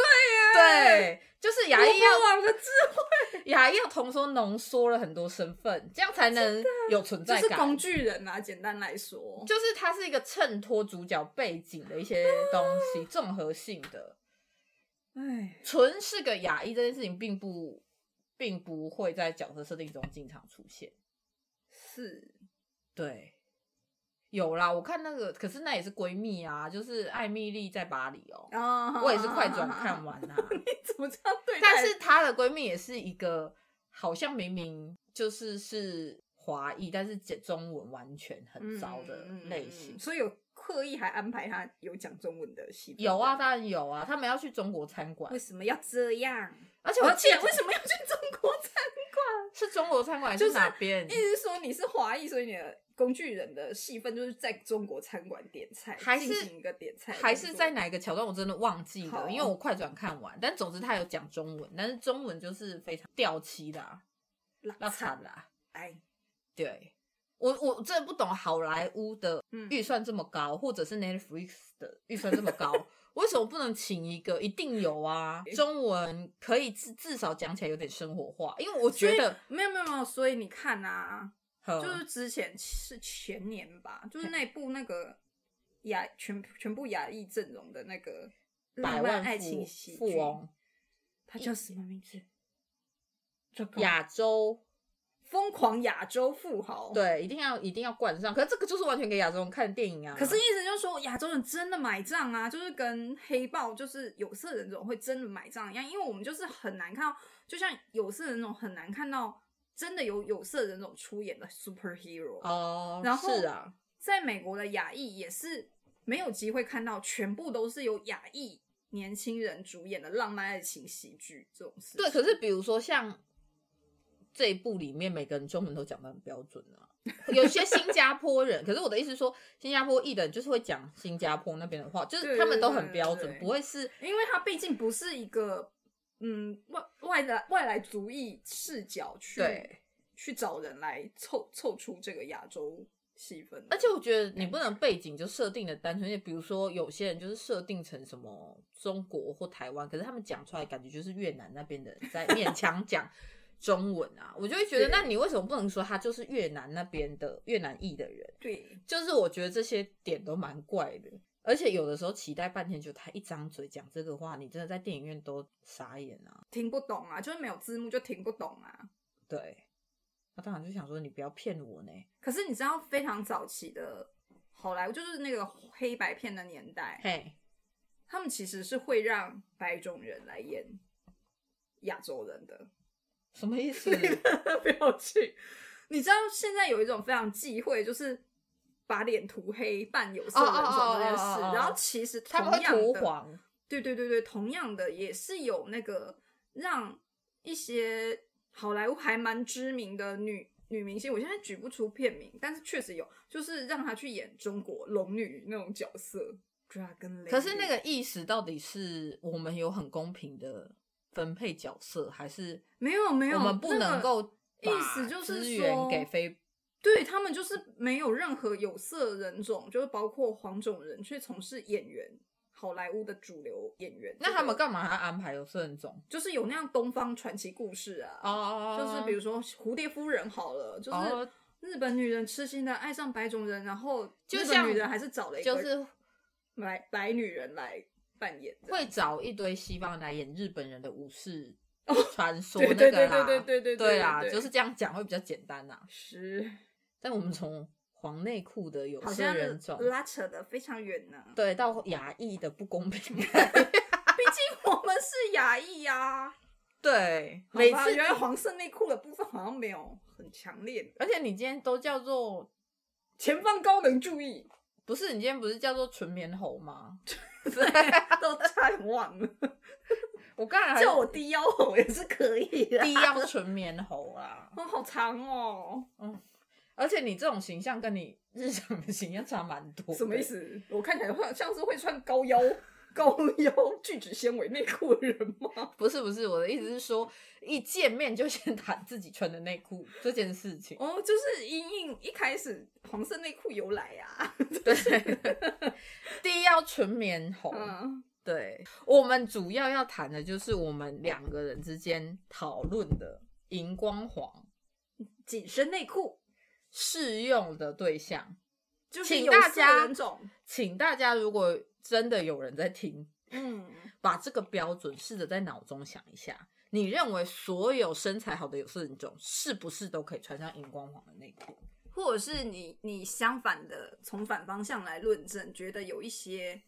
[SPEAKER 1] 对，
[SPEAKER 2] 啊
[SPEAKER 1] 就是亚裔要
[SPEAKER 2] 网的智
[SPEAKER 1] 亚裔要同说浓缩了很多身份，这样才能有存
[SPEAKER 2] 就
[SPEAKER 1] 在
[SPEAKER 2] 是
[SPEAKER 1] 感。
[SPEAKER 2] 工具人啊，简单来说，
[SPEAKER 1] 就是它是一个衬托主角背景的一些东西，综合性的。
[SPEAKER 2] 哎，
[SPEAKER 1] 纯是个牙医这件事情，并不并不会在角色设定中经常出现。
[SPEAKER 2] 是
[SPEAKER 1] 对，有啦，我看那个，可是那也是闺蜜啊，就是艾米丽在巴黎哦、
[SPEAKER 2] 啊
[SPEAKER 1] 我也是快转看。完啦、
[SPEAKER 2] [laughs] 你怎么这样对待？
[SPEAKER 1] 但是她的闺蜜也是一个，好像明明就是是华裔，但是讲中文完全很糟的类型。
[SPEAKER 2] 嗯嗯嗯嗯嗯所以有刻意还安排他有讲中文的戏。
[SPEAKER 1] 有啊，，当然有啊，他们要去中国餐馆
[SPEAKER 2] 为，什么要这样？ [laughs]
[SPEAKER 1] 而且我
[SPEAKER 2] 而
[SPEAKER 1] 记
[SPEAKER 2] 且
[SPEAKER 1] 得
[SPEAKER 2] 为什么要去中国餐？
[SPEAKER 1] [laughs] 是中国餐馆还
[SPEAKER 2] 就是是
[SPEAKER 1] 哪边？
[SPEAKER 2] 意思是说你是华裔，所以你的工具人的戏份就是在中国餐馆点菜，
[SPEAKER 1] 还是
[SPEAKER 2] 进行一个点菜，
[SPEAKER 1] 还是在？哪一个桥段我真的忘记
[SPEAKER 2] 好
[SPEAKER 1] 了，因为我快转看完。但总之他有讲中文，但是中文就是非常掉漆的、啊，
[SPEAKER 2] 拉
[SPEAKER 1] 那
[SPEAKER 2] 惨
[SPEAKER 1] 惨
[SPEAKER 2] 了，
[SPEAKER 1] 啦。
[SPEAKER 2] 哎，
[SPEAKER 1] 对我我真的不懂好莱坞的
[SPEAKER 2] 嗯
[SPEAKER 1] 预算这么高，或者是 Netflix 的预算这么高，为什么不能请一个？一定有啊，中文可以至至少讲起来有点生活化，因为我觉得
[SPEAKER 2] 没有没有没有，所以你看啊，
[SPEAKER 1] 就
[SPEAKER 2] 就是之前是前年吧，就是那部那个亚全全部亚裔阵容的那个
[SPEAKER 1] 百
[SPEAKER 2] 浪漫
[SPEAKER 1] 万
[SPEAKER 2] 爱
[SPEAKER 1] 富
[SPEAKER 2] 情喜
[SPEAKER 1] 富
[SPEAKER 2] 剧，
[SPEAKER 1] 翁
[SPEAKER 2] 它叫什么名字？这个
[SPEAKER 1] 亚洲
[SPEAKER 2] 疯狂亚洲富豪。，
[SPEAKER 1] 对，啊一定要一定要冠上。可是这个就是完全给亚洲人看的电影啊。
[SPEAKER 2] 可是意思就是说亚洲人真的买账啊，就是跟黑豹就是有色人种会真的买账一样，因为我们就是很难看到，就像有色人种很难看到真的有有色人种出演的 superhero。
[SPEAKER 1] 哦，
[SPEAKER 2] 然后
[SPEAKER 1] 是啊，
[SPEAKER 2] 在美国的亚裔也是没有机会看到，全部都是由亚裔年轻人主演的浪漫爱情喜剧这种事情。
[SPEAKER 1] 对。可是比如说像这一部里面，每个人中文都讲的很标准啊。有些新加坡人，可是我的意思是说，新加坡裔的人就是会讲新加坡那边的话，就是
[SPEAKER 2] 对
[SPEAKER 1] 他们
[SPEAKER 2] 对
[SPEAKER 1] 都
[SPEAKER 2] 对
[SPEAKER 1] 很标
[SPEAKER 2] 对
[SPEAKER 1] 准，
[SPEAKER 2] 对
[SPEAKER 1] 不会是
[SPEAKER 2] 因为它毕竟不是一个嗯外外来外来族裔视角去
[SPEAKER 1] 对
[SPEAKER 2] 去找人来凑凑出这个亚洲戏份，
[SPEAKER 1] 而且我觉得你不能背景就设定的单纯，因为比如说有些人就是设定成什么中国或台湾，可是他们讲出来感觉就是越南那边的人在勉强讲中文啊，我就会觉得，
[SPEAKER 2] 对
[SPEAKER 1] 那你为什么不能说他就是越南那边的越南裔的人？
[SPEAKER 2] 对
[SPEAKER 1] 就是我觉得这些点都蛮怪的，而且有的时候期待半天，就他一张嘴讲这个话，你真的在电影院都傻眼啊！
[SPEAKER 2] 听不懂啊，就是没有字幕就听不懂啊。
[SPEAKER 1] 对，我当然就想说你不要骗我呢，
[SPEAKER 2] 可是你知道非常早期的好莱坞，就是那个黑白片的年代，
[SPEAKER 1] 嘿，
[SPEAKER 2] 他们其实是会让白种人来演亚洲
[SPEAKER 1] [laughs]
[SPEAKER 2] 人的
[SPEAKER 1] 什么意思？
[SPEAKER 2] 表情。你知道现在有一种非常忌讳，就是把脸涂黑扮有色人种这件事。
[SPEAKER 1] 哦哦哦哦哦哦
[SPEAKER 2] 然后其实
[SPEAKER 1] 他
[SPEAKER 2] 同
[SPEAKER 1] 们会
[SPEAKER 2] 样
[SPEAKER 1] 涂
[SPEAKER 2] 的，
[SPEAKER 1] 黄。
[SPEAKER 2] 对对对对，同样的也是有那个让一些好莱坞还蛮知名的女女明星，我现在举不出片名，但是确实有，就是让她去演中国龙女那种角色。Dragon Lady
[SPEAKER 1] 可是那个意识到底是我们有很公平的分配角色，还是
[SPEAKER 2] 没有没有，
[SPEAKER 1] 我们不
[SPEAKER 2] 那个
[SPEAKER 1] 能够
[SPEAKER 2] 意
[SPEAKER 1] 把
[SPEAKER 2] 思就是
[SPEAKER 1] 资源
[SPEAKER 2] 说
[SPEAKER 1] 给非？
[SPEAKER 2] 对他们就是没有任何有色人种，就是包括黄种人去从事演员，好莱坞的主流演员。
[SPEAKER 1] 那他们
[SPEAKER 2] 这个
[SPEAKER 1] 干嘛还要安排有色人种？
[SPEAKER 2] 就是有那样东方传奇故事啊，
[SPEAKER 1] 哦
[SPEAKER 2] 就是比如说蝴蝶夫人好了，就
[SPEAKER 1] 哦
[SPEAKER 2] 是日本女人痴心的爱上白种人，然后
[SPEAKER 1] 就
[SPEAKER 2] 日本
[SPEAKER 1] 像
[SPEAKER 2] 女人还是找了一个
[SPEAKER 1] 就是
[SPEAKER 2] 白白女人来扮演的。
[SPEAKER 1] 会找一堆西方人来演日本人的武士传说
[SPEAKER 2] 哦对
[SPEAKER 1] 那个
[SPEAKER 2] 对对
[SPEAKER 1] 啦，
[SPEAKER 2] 对对对对
[SPEAKER 1] 对啦，
[SPEAKER 2] 对
[SPEAKER 1] 就是这样讲会比较简单啦。
[SPEAKER 2] 是，
[SPEAKER 1] 但我们从黄内裤的有
[SPEAKER 2] 好
[SPEAKER 1] 色
[SPEAKER 2] 像
[SPEAKER 1] 人种，
[SPEAKER 2] 拉扯的非常远呢。 [laughs]
[SPEAKER 1] 对到亚裔的不公平， [laughs]
[SPEAKER 2] 毕竟我们是亚裔呀、啊，
[SPEAKER 1] 对，
[SPEAKER 2] 好吧
[SPEAKER 1] 每次
[SPEAKER 2] 原来黄色内裤的部分好像没有很强烈的。
[SPEAKER 1] 而且你今天都叫做
[SPEAKER 2] 前方高能注意，
[SPEAKER 1] 不是，你今天不是叫做纯棉猴吗？
[SPEAKER 2] [laughs] 都差点忘 [laughs] 了，
[SPEAKER 1] 我刚才还
[SPEAKER 2] 叫我低腰吼也是可以的。
[SPEAKER 1] 低腰纯棉猴啦。
[SPEAKER 2] 哦，好长哦，
[SPEAKER 1] 而且你这种形象跟你日常的形象差蛮多。
[SPEAKER 2] 什么意？思？我看起来像像是会穿高 [laughs] 腰、高腰聚酯纤维内裤的人吗？
[SPEAKER 1] 不是不是，我的意思是说，一见面就先 [laughs] 谈自己穿的内裤这件事情。
[SPEAKER 2] 哦，就是因应一开始黄色内裤由来啊。
[SPEAKER 1] 低腰纯棉猴，
[SPEAKER 2] 嗯，
[SPEAKER 1] 对我们主要要谈的就是我们两个人之间讨论的荧光黄
[SPEAKER 2] 紧身内裤
[SPEAKER 1] 适用的对象。
[SPEAKER 2] 就是
[SPEAKER 1] 请
[SPEAKER 2] 有
[SPEAKER 1] 大
[SPEAKER 2] 色
[SPEAKER 1] 家
[SPEAKER 2] 人种，
[SPEAKER 1] 请大家如果真的有人在听，
[SPEAKER 2] 嗯，
[SPEAKER 1] 把这个标准试着在脑中想一下，你认为所有身材好的有色人种是不是都可以穿上荧光黄的内裤？
[SPEAKER 2] 或者是你你相反的从反方向来论证，觉得有一些，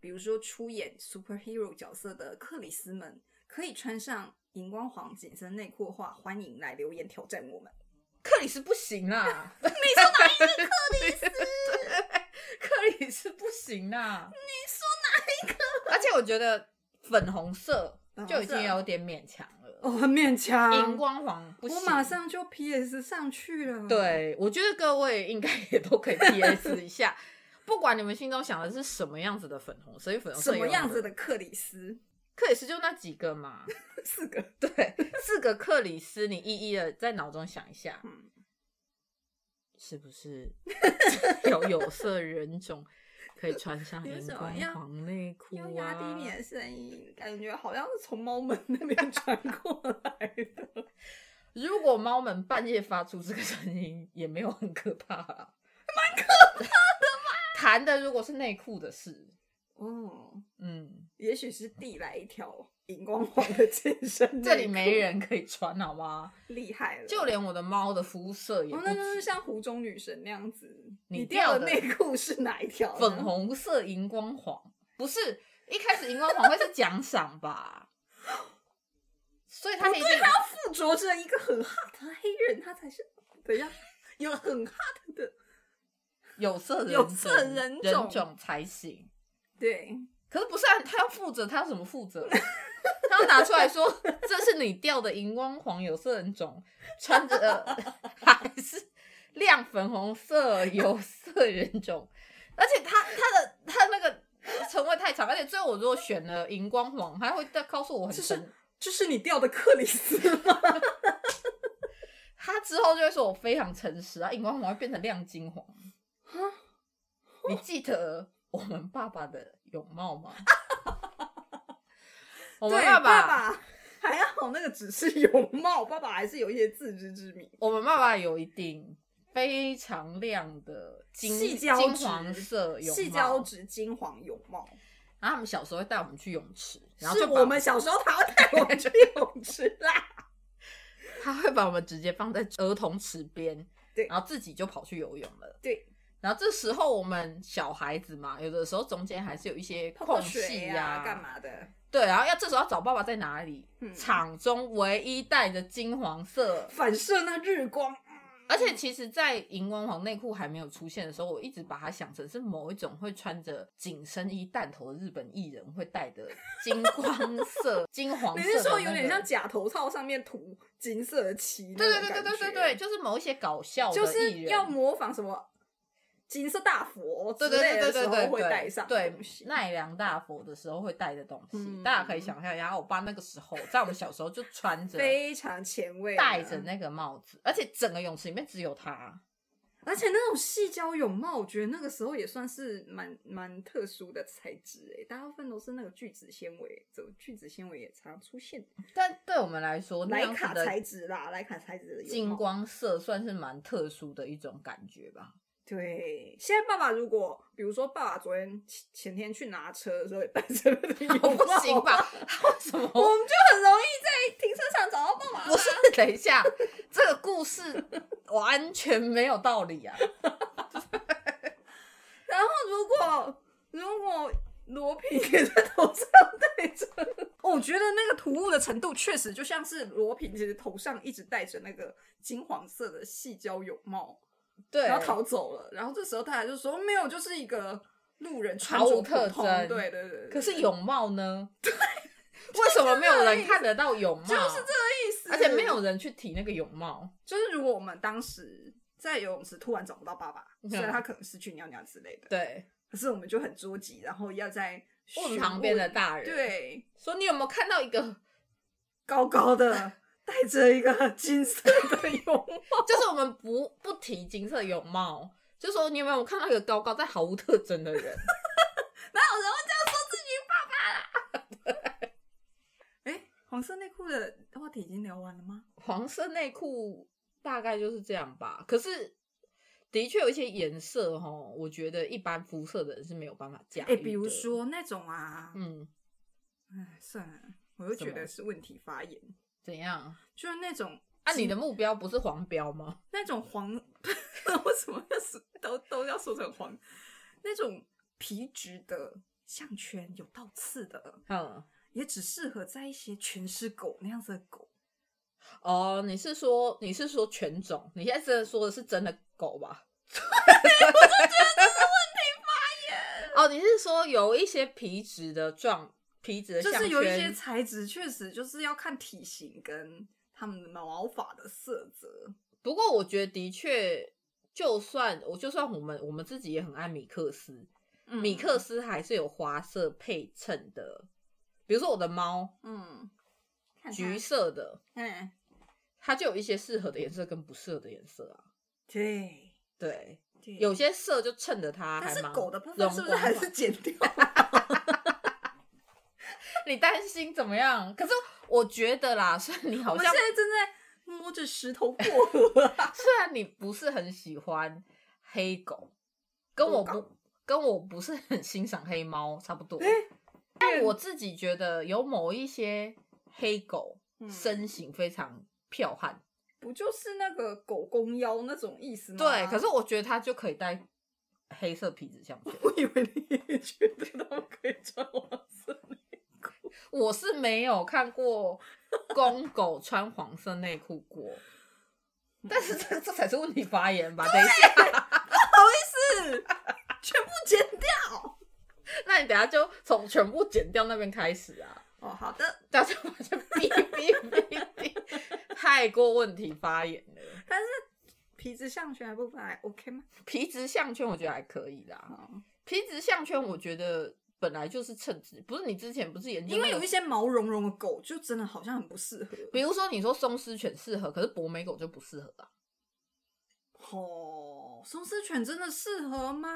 [SPEAKER 2] 比如说出演 superhero 角色的克里斯们，可以穿上荧光黄紧身内裤的话，欢迎来留言挑战我们。
[SPEAKER 1] 克里斯不行啦，没说哪一个克里 [laughs] 斯，克里斯不行啦，你说哪一个？而且我觉得粉红色
[SPEAKER 2] 粉红
[SPEAKER 1] 就
[SPEAKER 2] 色
[SPEAKER 1] 已经有点勉强了，
[SPEAKER 2] 哦，很勉强
[SPEAKER 1] 荧光黄不行。
[SPEAKER 2] 我马上就 PS 上去了。，
[SPEAKER 1] 对，我觉得各位应该也都可以 PS 一下，不管你们心中想的是什么样子的粉红色，因为粉红
[SPEAKER 2] 什
[SPEAKER 1] 色
[SPEAKER 2] 么
[SPEAKER 1] 有
[SPEAKER 2] 样
[SPEAKER 1] 很
[SPEAKER 2] 子
[SPEAKER 1] 多
[SPEAKER 2] 的克里斯？
[SPEAKER 1] 克里斯就那几个嘛，
[SPEAKER 2] 四个。
[SPEAKER 1] [laughs] 对，四个克里斯，你一一的在脑中想一下，
[SPEAKER 2] 嗯
[SPEAKER 1] 是不是 [laughs] 有有色人种可以穿上
[SPEAKER 2] 你为
[SPEAKER 1] 荧
[SPEAKER 2] 什么
[SPEAKER 1] 光
[SPEAKER 2] 要
[SPEAKER 1] 黄内裤
[SPEAKER 2] 要
[SPEAKER 1] 啊？
[SPEAKER 2] 压低你的声音，感觉好像是从猫门那边传
[SPEAKER 1] [laughs]
[SPEAKER 2] 过来的。
[SPEAKER 1] 如果猫们半夜发出这个声音，也没有很可怕、啊，
[SPEAKER 2] [laughs]
[SPEAKER 1] 蛮可怕的嘛。谈的如果是内裤的事，
[SPEAKER 2] 哦，
[SPEAKER 1] 嗯，
[SPEAKER 2] 也许是递来一条荧光黄的健身，
[SPEAKER 1] 这里没，人可以穿，好吗？
[SPEAKER 2] 厉害了。
[SPEAKER 1] 就连我的猫的肤色也
[SPEAKER 2] 哦
[SPEAKER 1] 不，
[SPEAKER 2] 那就是
[SPEAKER 1] 止
[SPEAKER 2] 像湖中女神那样子，
[SPEAKER 1] 你掉
[SPEAKER 2] 掉
[SPEAKER 1] 的
[SPEAKER 2] 内裤是哪一条？
[SPEAKER 1] 粉。红色荧光黄，不是一开始荧光黄会是奖赏吧？所以他们一定
[SPEAKER 2] 附着着一个很 hot 的黑人，他才是怎样？有很 hot 的，
[SPEAKER 1] 有色人
[SPEAKER 2] 有色人
[SPEAKER 1] 种
[SPEAKER 2] 种
[SPEAKER 1] 人种才行。
[SPEAKER 2] 对，
[SPEAKER 1] 可是不是、啊、他要负责，他要怎么负
[SPEAKER 2] [laughs]
[SPEAKER 1] 责？他要拿出来说，这是你掉的荧光黄有色人种，穿着、 [laughs] 呃、还是亮粉红色有色人种，而且他他的他那个称谓太长，而且最后我如果选了荧光黄，他会再告诉我很
[SPEAKER 2] 这是
[SPEAKER 1] 深。
[SPEAKER 2] 这是你掉的克里斯吗？
[SPEAKER 1] 他之后就会说我非常诚实啊，荧光黄会变成亮金黄。你记得我们爸爸的泳帽
[SPEAKER 2] [laughs]
[SPEAKER 1] 吗？ [laughs] 我们
[SPEAKER 2] 对
[SPEAKER 1] 爸
[SPEAKER 2] 爸还好，那个只是有帽，爸爸还是有一些自知之明。
[SPEAKER 1] 我们爸爸有一顶非常亮的金
[SPEAKER 2] 细胶
[SPEAKER 1] 金
[SPEAKER 2] 质
[SPEAKER 1] 黄色泳帽，
[SPEAKER 2] 细胶质金黄泳帽，
[SPEAKER 1] 然后他们小时候会带我们去泳池，然后
[SPEAKER 2] 是
[SPEAKER 1] 就把
[SPEAKER 2] 我们小时候 [laughs] 他要带我们去泳池啦。
[SPEAKER 1] 他会把我们直接放在儿童池边，
[SPEAKER 2] 对
[SPEAKER 1] 然后自己就跑去游泳了。
[SPEAKER 2] 对，
[SPEAKER 1] 然后这时候我们小孩子嘛，有的时候中间还是有一些
[SPEAKER 2] 泡泡
[SPEAKER 1] 空隙
[SPEAKER 2] 水
[SPEAKER 1] 呀、
[SPEAKER 2] 呀、干？嘛的？
[SPEAKER 1] 对，然后要这时候要找爸爸在哪里？
[SPEAKER 2] 嗯
[SPEAKER 1] 场中唯一带着金黄色，
[SPEAKER 2] 反射那日光，
[SPEAKER 1] 而且其实，在荧光黄内裤还没有出现的时候，我一直把它想成是某一种会穿着紧身衣弹头的日本艺人会戴的金光
[SPEAKER 2] [laughs]
[SPEAKER 1] 色、金黄色、
[SPEAKER 2] 你是说有点像？假头套上面涂金色的漆？
[SPEAKER 1] 对对对对对对对，，就是某一些搞笑的
[SPEAKER 2] 就是
[SPEAKER 1] 艺人
[SPEAKER 2] 要模仿什么金色大佛之
[SPEAKER 1] 对对
[SPEAKER 2] 类
[SPEAKER 1] 对
[SPEAKER 2] 的
[SPEAKER 1] 对对
[SPEAKER 2] 时候
[SPEAKER 1] 对
[SPEAKER 2] 会
[SPEAKER 1] 对，
[SPEAKER 2] 带上的
[SPEAKER 1] 对
[SPEAKER 2] 东西。
[SPEAKER 1] 奈良大佛的时候会带的东西，
[SPEAKER 2] 嗯
[SPEAKER 1] 大家可以想象一下。然后我爸那个时候在我们小时候就穿着
[SPEAKER 2] [laughs] 非常前卫，
[SPEAKER 1] 戴着，那个帽子，而且整个泳池里面只有他。
[SPEAKER 2] 而且那种细胶泳帽，我觉得那个时候也算是蛮蛮特殊的材质诶，大部分都是那个聚酯纤维，这种聚酯纤维也常出现，
[SPEAKER 1] 但对我们来说，那
[SPEAKER 2] 莱
[SPEAKER 1] 样
[SPEAKER 2] 卡
[SPEAKER 1] 子
[SPEAKER 2] 材
[SPEAKER 1] 的
[SPEAKER 2] 质啦，莱卡材质的泳
[SPEAKER 1] 金
[SPEAKER 2] 帽。
[SPEAKER 1] 光色算是蛮特殊的一种感觉
[SPEAKER 2] [laughs]
[SPEAKER 1] 吧。
[SPEAKER 2] 对，现在爸爸如果比如说爸爸昨天前前天去拿车的时候也带着那 [laughs] 个泳帽，
[SPEAKER 1] 不行？
[SPEAKER 2] [laughs]
[SPEAKER 1] 吧？他为什
[SPEAKER 2] 我
[SPEAKER 1] 么？
[SPEAKER 2] 们就很容易在停车场找到爸爸。
[SPEAKER 1] 不是，等一下，这个故事完全没有道理啊！
[SPEAKER 2] 然后如果如果罗平也在头上戴着， [laughs] 哦我觉得那个突兀的程度确实就像是罗平其实头上一直戴着那个金黄色的细胶泳帽，
[SPEAKER 1] 对，
[SPEAKER 2] 然后逃走了。然后这时候他还就说没有，就是一个路人穿
[SPEAKER 1] 毫
[SPEAKER 2] 着
[SPEAKER 1] 无特
[SPEAKER 2] 普通
[SPEAKER 1] 征
[SPEAKER 2] 对对对，对
[SPEAKER 1] 可是泳帽
[SPEAKER 2] [laughs]
[SPEAKER 1] 呢？对， [laughs] 为什么没有人看得到泳帽？
[SPEAKER 2] 就是这个意思，
[SPEAKER 1] 而且没有人去提那个泳帽。
[SPEAKER 2] 就是如果我们当时。在游泳池突然找不到爸爸，虽然他可能是去尿尿之类的，
[SPEAKER 1] 嗯对，
[SPEAKER 2] 可是我们就很着急，然后要在
[SPEAKER 1] 问
[SPEAKER 2] 询
[SPEAKER 1] 旁边的大人，，
[SPEAKER 2] 对
[SPEAKER 1] 说你有没有看到一个？
[SPEAKER 2] 高
[SPEAKER 1] [laughs]
[SPEAKER 2] 高的，戴着一个金色的泳帽，
[SPEAKER 1] 就是我们不不提金色泳帽，就说你有没有看到一个高高但毫无特征的人？ [laughs]
[SPEAKER 2] 哪有人会这样说自己爸爸啦？哎，黄色内裤的话题已经聊完了吗？
[SPEAKER 1] 黄色内裤大概就是这样吧。可是的确有一些颜色哈，我觉得一般肤色的人是没有办法驾驭。
[SPEAKER 2] 哎，比如，说那种啊，
[SPEAKER 1] 嗯，
[SPEAKER 2] 哎，算了，我又觉得是问题发言，
[SPEAKER 1] 怎样？
[SPEAKER 2] 就是那种
[SPEAKER 1] 啊，你的目标不是黄标吗？
[SPEAKER 2] 那种黄， [laughs] 为什么要说都都要说成黄？那种皮质的项圈有倒刺的，
[SPEAKER 1] 嗯，
[SPEAKER 2] 也只适合在一些全是狗那样子的狗。
[SPEAKER 1] 哦，你是说你是说犬种？你现在真的说的是真的狗
[SPEAKER 2] [laughs]
[SPEAKER 1] 吧？哦，你是说有一些皮质的状皮质的
[SPEAKER 2] 就
[SPEAKER 1] 项
[SPEAKER 2] 是
[SPEAKER 1] 圈，
[SPEAKER 2] 有一些材质确实就是要看体型跟它们的毛发的色泽。
[SPEAKER 1] 不过我觉得的确，就算我就算我们我们自己也很爱米克斯，
[SPEAKER 2] 嗯
[SPEAKER 1] 米克，斯还是有花色配衬的，比如说我的猫
[SPEAKER 2] 嗯，看它
[SPEAKER 1] 橘，色的，
[SPEAKER 2] 嗯，
[SPEAKER 1] 它就有一些适合的颜色跟不适合的颜色啊。
[SPEAKER 2] 对，
[SPEAKER 1] 对，
[SPEAKER 2] 对
[SPEAKER 1] 有些色就衬着它还
[SPEAKER 2] 但
[SPEAKER 1] 蛮
[SPEAKER 2] 是
[SPEAKER 1] 容光焕，
[SPEAKER 2] 狗的部分是不是还是剪
[SPEAKER 1] [laughs]
[SPEAKER 2] 掉？
[SPEAKER 1] 你担心怎么样？可是我觉得啦，虽然你
[SPEAKER 2] 我
[SPEAKER 1] 好
[SPEAKER 2] 们
[SPEAKER 1] 像
[SPEAKER 2] 现在正在摸着石头
[SPEAKER 1] [laughs]
[SPEAKER 2] 过河啊、
[SPEAKER 1] 虽然你不是很喜欢黑狗，跟我
[SPEAKER 2] 黑
[SPEAKER 1] 不跟我不是很欣赏黑猫差不多，
[SPEAKER 2] 诶
[SPEAKER 1] 但我自己觉得有某一些黑狗
[SPEAKER 2] 嗯
[SPEAKER 1] 身形非常彪悍，
[SPEAKER 2] 不就是那个狗公腰那种意思吗？，
[SPEAKER 1] 对，可是我觉得它就可以戴黑色皮质项圈
[SPEAKER 2] 我以为你也觉得他们可以穿黄色内裤，
[SPEAKER 1] 我是没有看过公狗穿黄色内裤过。
[SPEAKER 2] 嗯
[SPEAKER 1] 但是这这才是问题发言吧？等一下，
[SPEAKER 2] 是全部剪掉。
[SPEAKER 1] 那你等一下就从全部剪掉那边开始啊。
[SPEAKER 2] 哦，好的。
[SPEAKER 1] 大家完全哔哔哔哔，太过问题发言了。
[SPEAKER 2] 但是皮质项圈的部分还 OK 吗？
[SPEAKER 1] 皮质项圈我觉得还可以啦，
[SPEAKER 2] 哦
[SPEAKER 1] 皮质项圈我觉得本来就是称职，不是你之前不是研究
[SPEAKER 2] 因
[SPEAKER 1] 那个、
[SPEAKER 2] 为有一些毛茸茸的狗就真的好像很不适合。
[SPEAKER 1] 比如说你说松狮犬适合，可是博美狗就不适合啊。
[SPEAKER 2] 哦，松狮犬真的适合吗？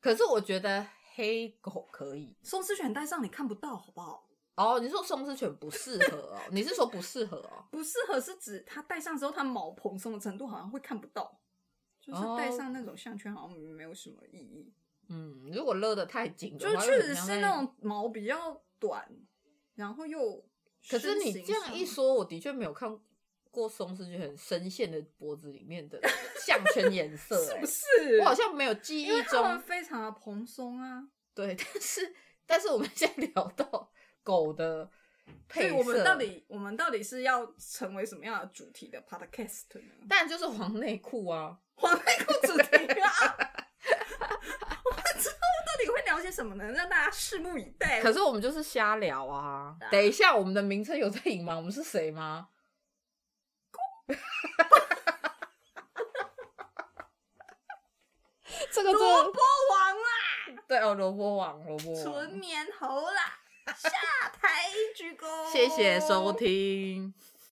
[SPEAKER 1] 可是我觉得黑狗可以
[SPEAKER 2] 松狮犬戴上你看不到，好不好？
[SPEAKER 1] 哦。你说松狮犬不适合哦？ [laughs] 你是说不适合哦？
[SPEAKER 2] 不适合是指它戴上之后，它毛蓬松的程度好像会看不到，就是
[SPEAKER 1] 哦
[SPEAKER 2] 戴上那种项圈好像没有什么意义。
[SPEAKER 1] 嗯，如果勒得太紧的
[SPEAKER 2] 就
[SPEAKER 1] 话，
[SPEAKER 2] 是
[SPEAKER 1] 就
[SPEAKER 2] 确
[SPEAKER 1] 很
[SPEAKER 2] 实
[SPEAKER 1] 像
[SPEAKER 2] 是
[SPEAKER 1] 在
[SPEAKER 2] 那种毛比较短，然后又
[SPEAKER 1] 可
[SPEAKER 2] 身
[SPEAKER 1] 是你
[SPEAKER 2] 形上。
[SPEAKER 1] 这样一说，我的确没有看过松狮犬深陷的脖子里面的项圈颜色、
[SPEAKER 2] [laughs] 是
[SPEAKER 1] 欸，
[SPEAKER 2] 不是？
[SPEAKER 1] 我好像没有记
[SPEAKER 2] 因为
[SPEAKER 1] 忆
[SPEAKER 2] 它们
[SPEAKER 1] 中。
[SPEAKER 2] 非常的蓬松啊，
[SPEAKER 1] 对，但是但是我们现在聊到狗的
[SPEAKER 2] 所
[SPEAKER 1] 配
[SPEAKER 2] 以
[SPEAKER 1] 色，
[SPEAKER 2] 我们到底我们到底是要成为什么样的主题的 podcast 呢？
[SPEAKER 1] 当然就是黄内裤
[SPEAKER 2] [laughs]
[SPEAKER 1] 啊，
[SPEAKER 2] 黄内裤主题啊！我们之后到底会聊些什么呢？让大家拭目以待。
[SPEAKER 1] 可是我们就是瞎聊啊。等一下，我们的名称有在隐瞒我们是谁
[SPEAKER 2] [laughs]
[SPEAKER 1] 吗？ [laughs] 这个
[SPEAKER 2] 萝卜
[SPEAKER 1] 就
[SPEAKER 2] 王啦，
[SPEAKER 1] 对哦，萝卜王，萝卜王
[SPEAKER 2] 纯。棉猴啦，下台鞠躬。
[SPEAKER 1] 谢谢收听。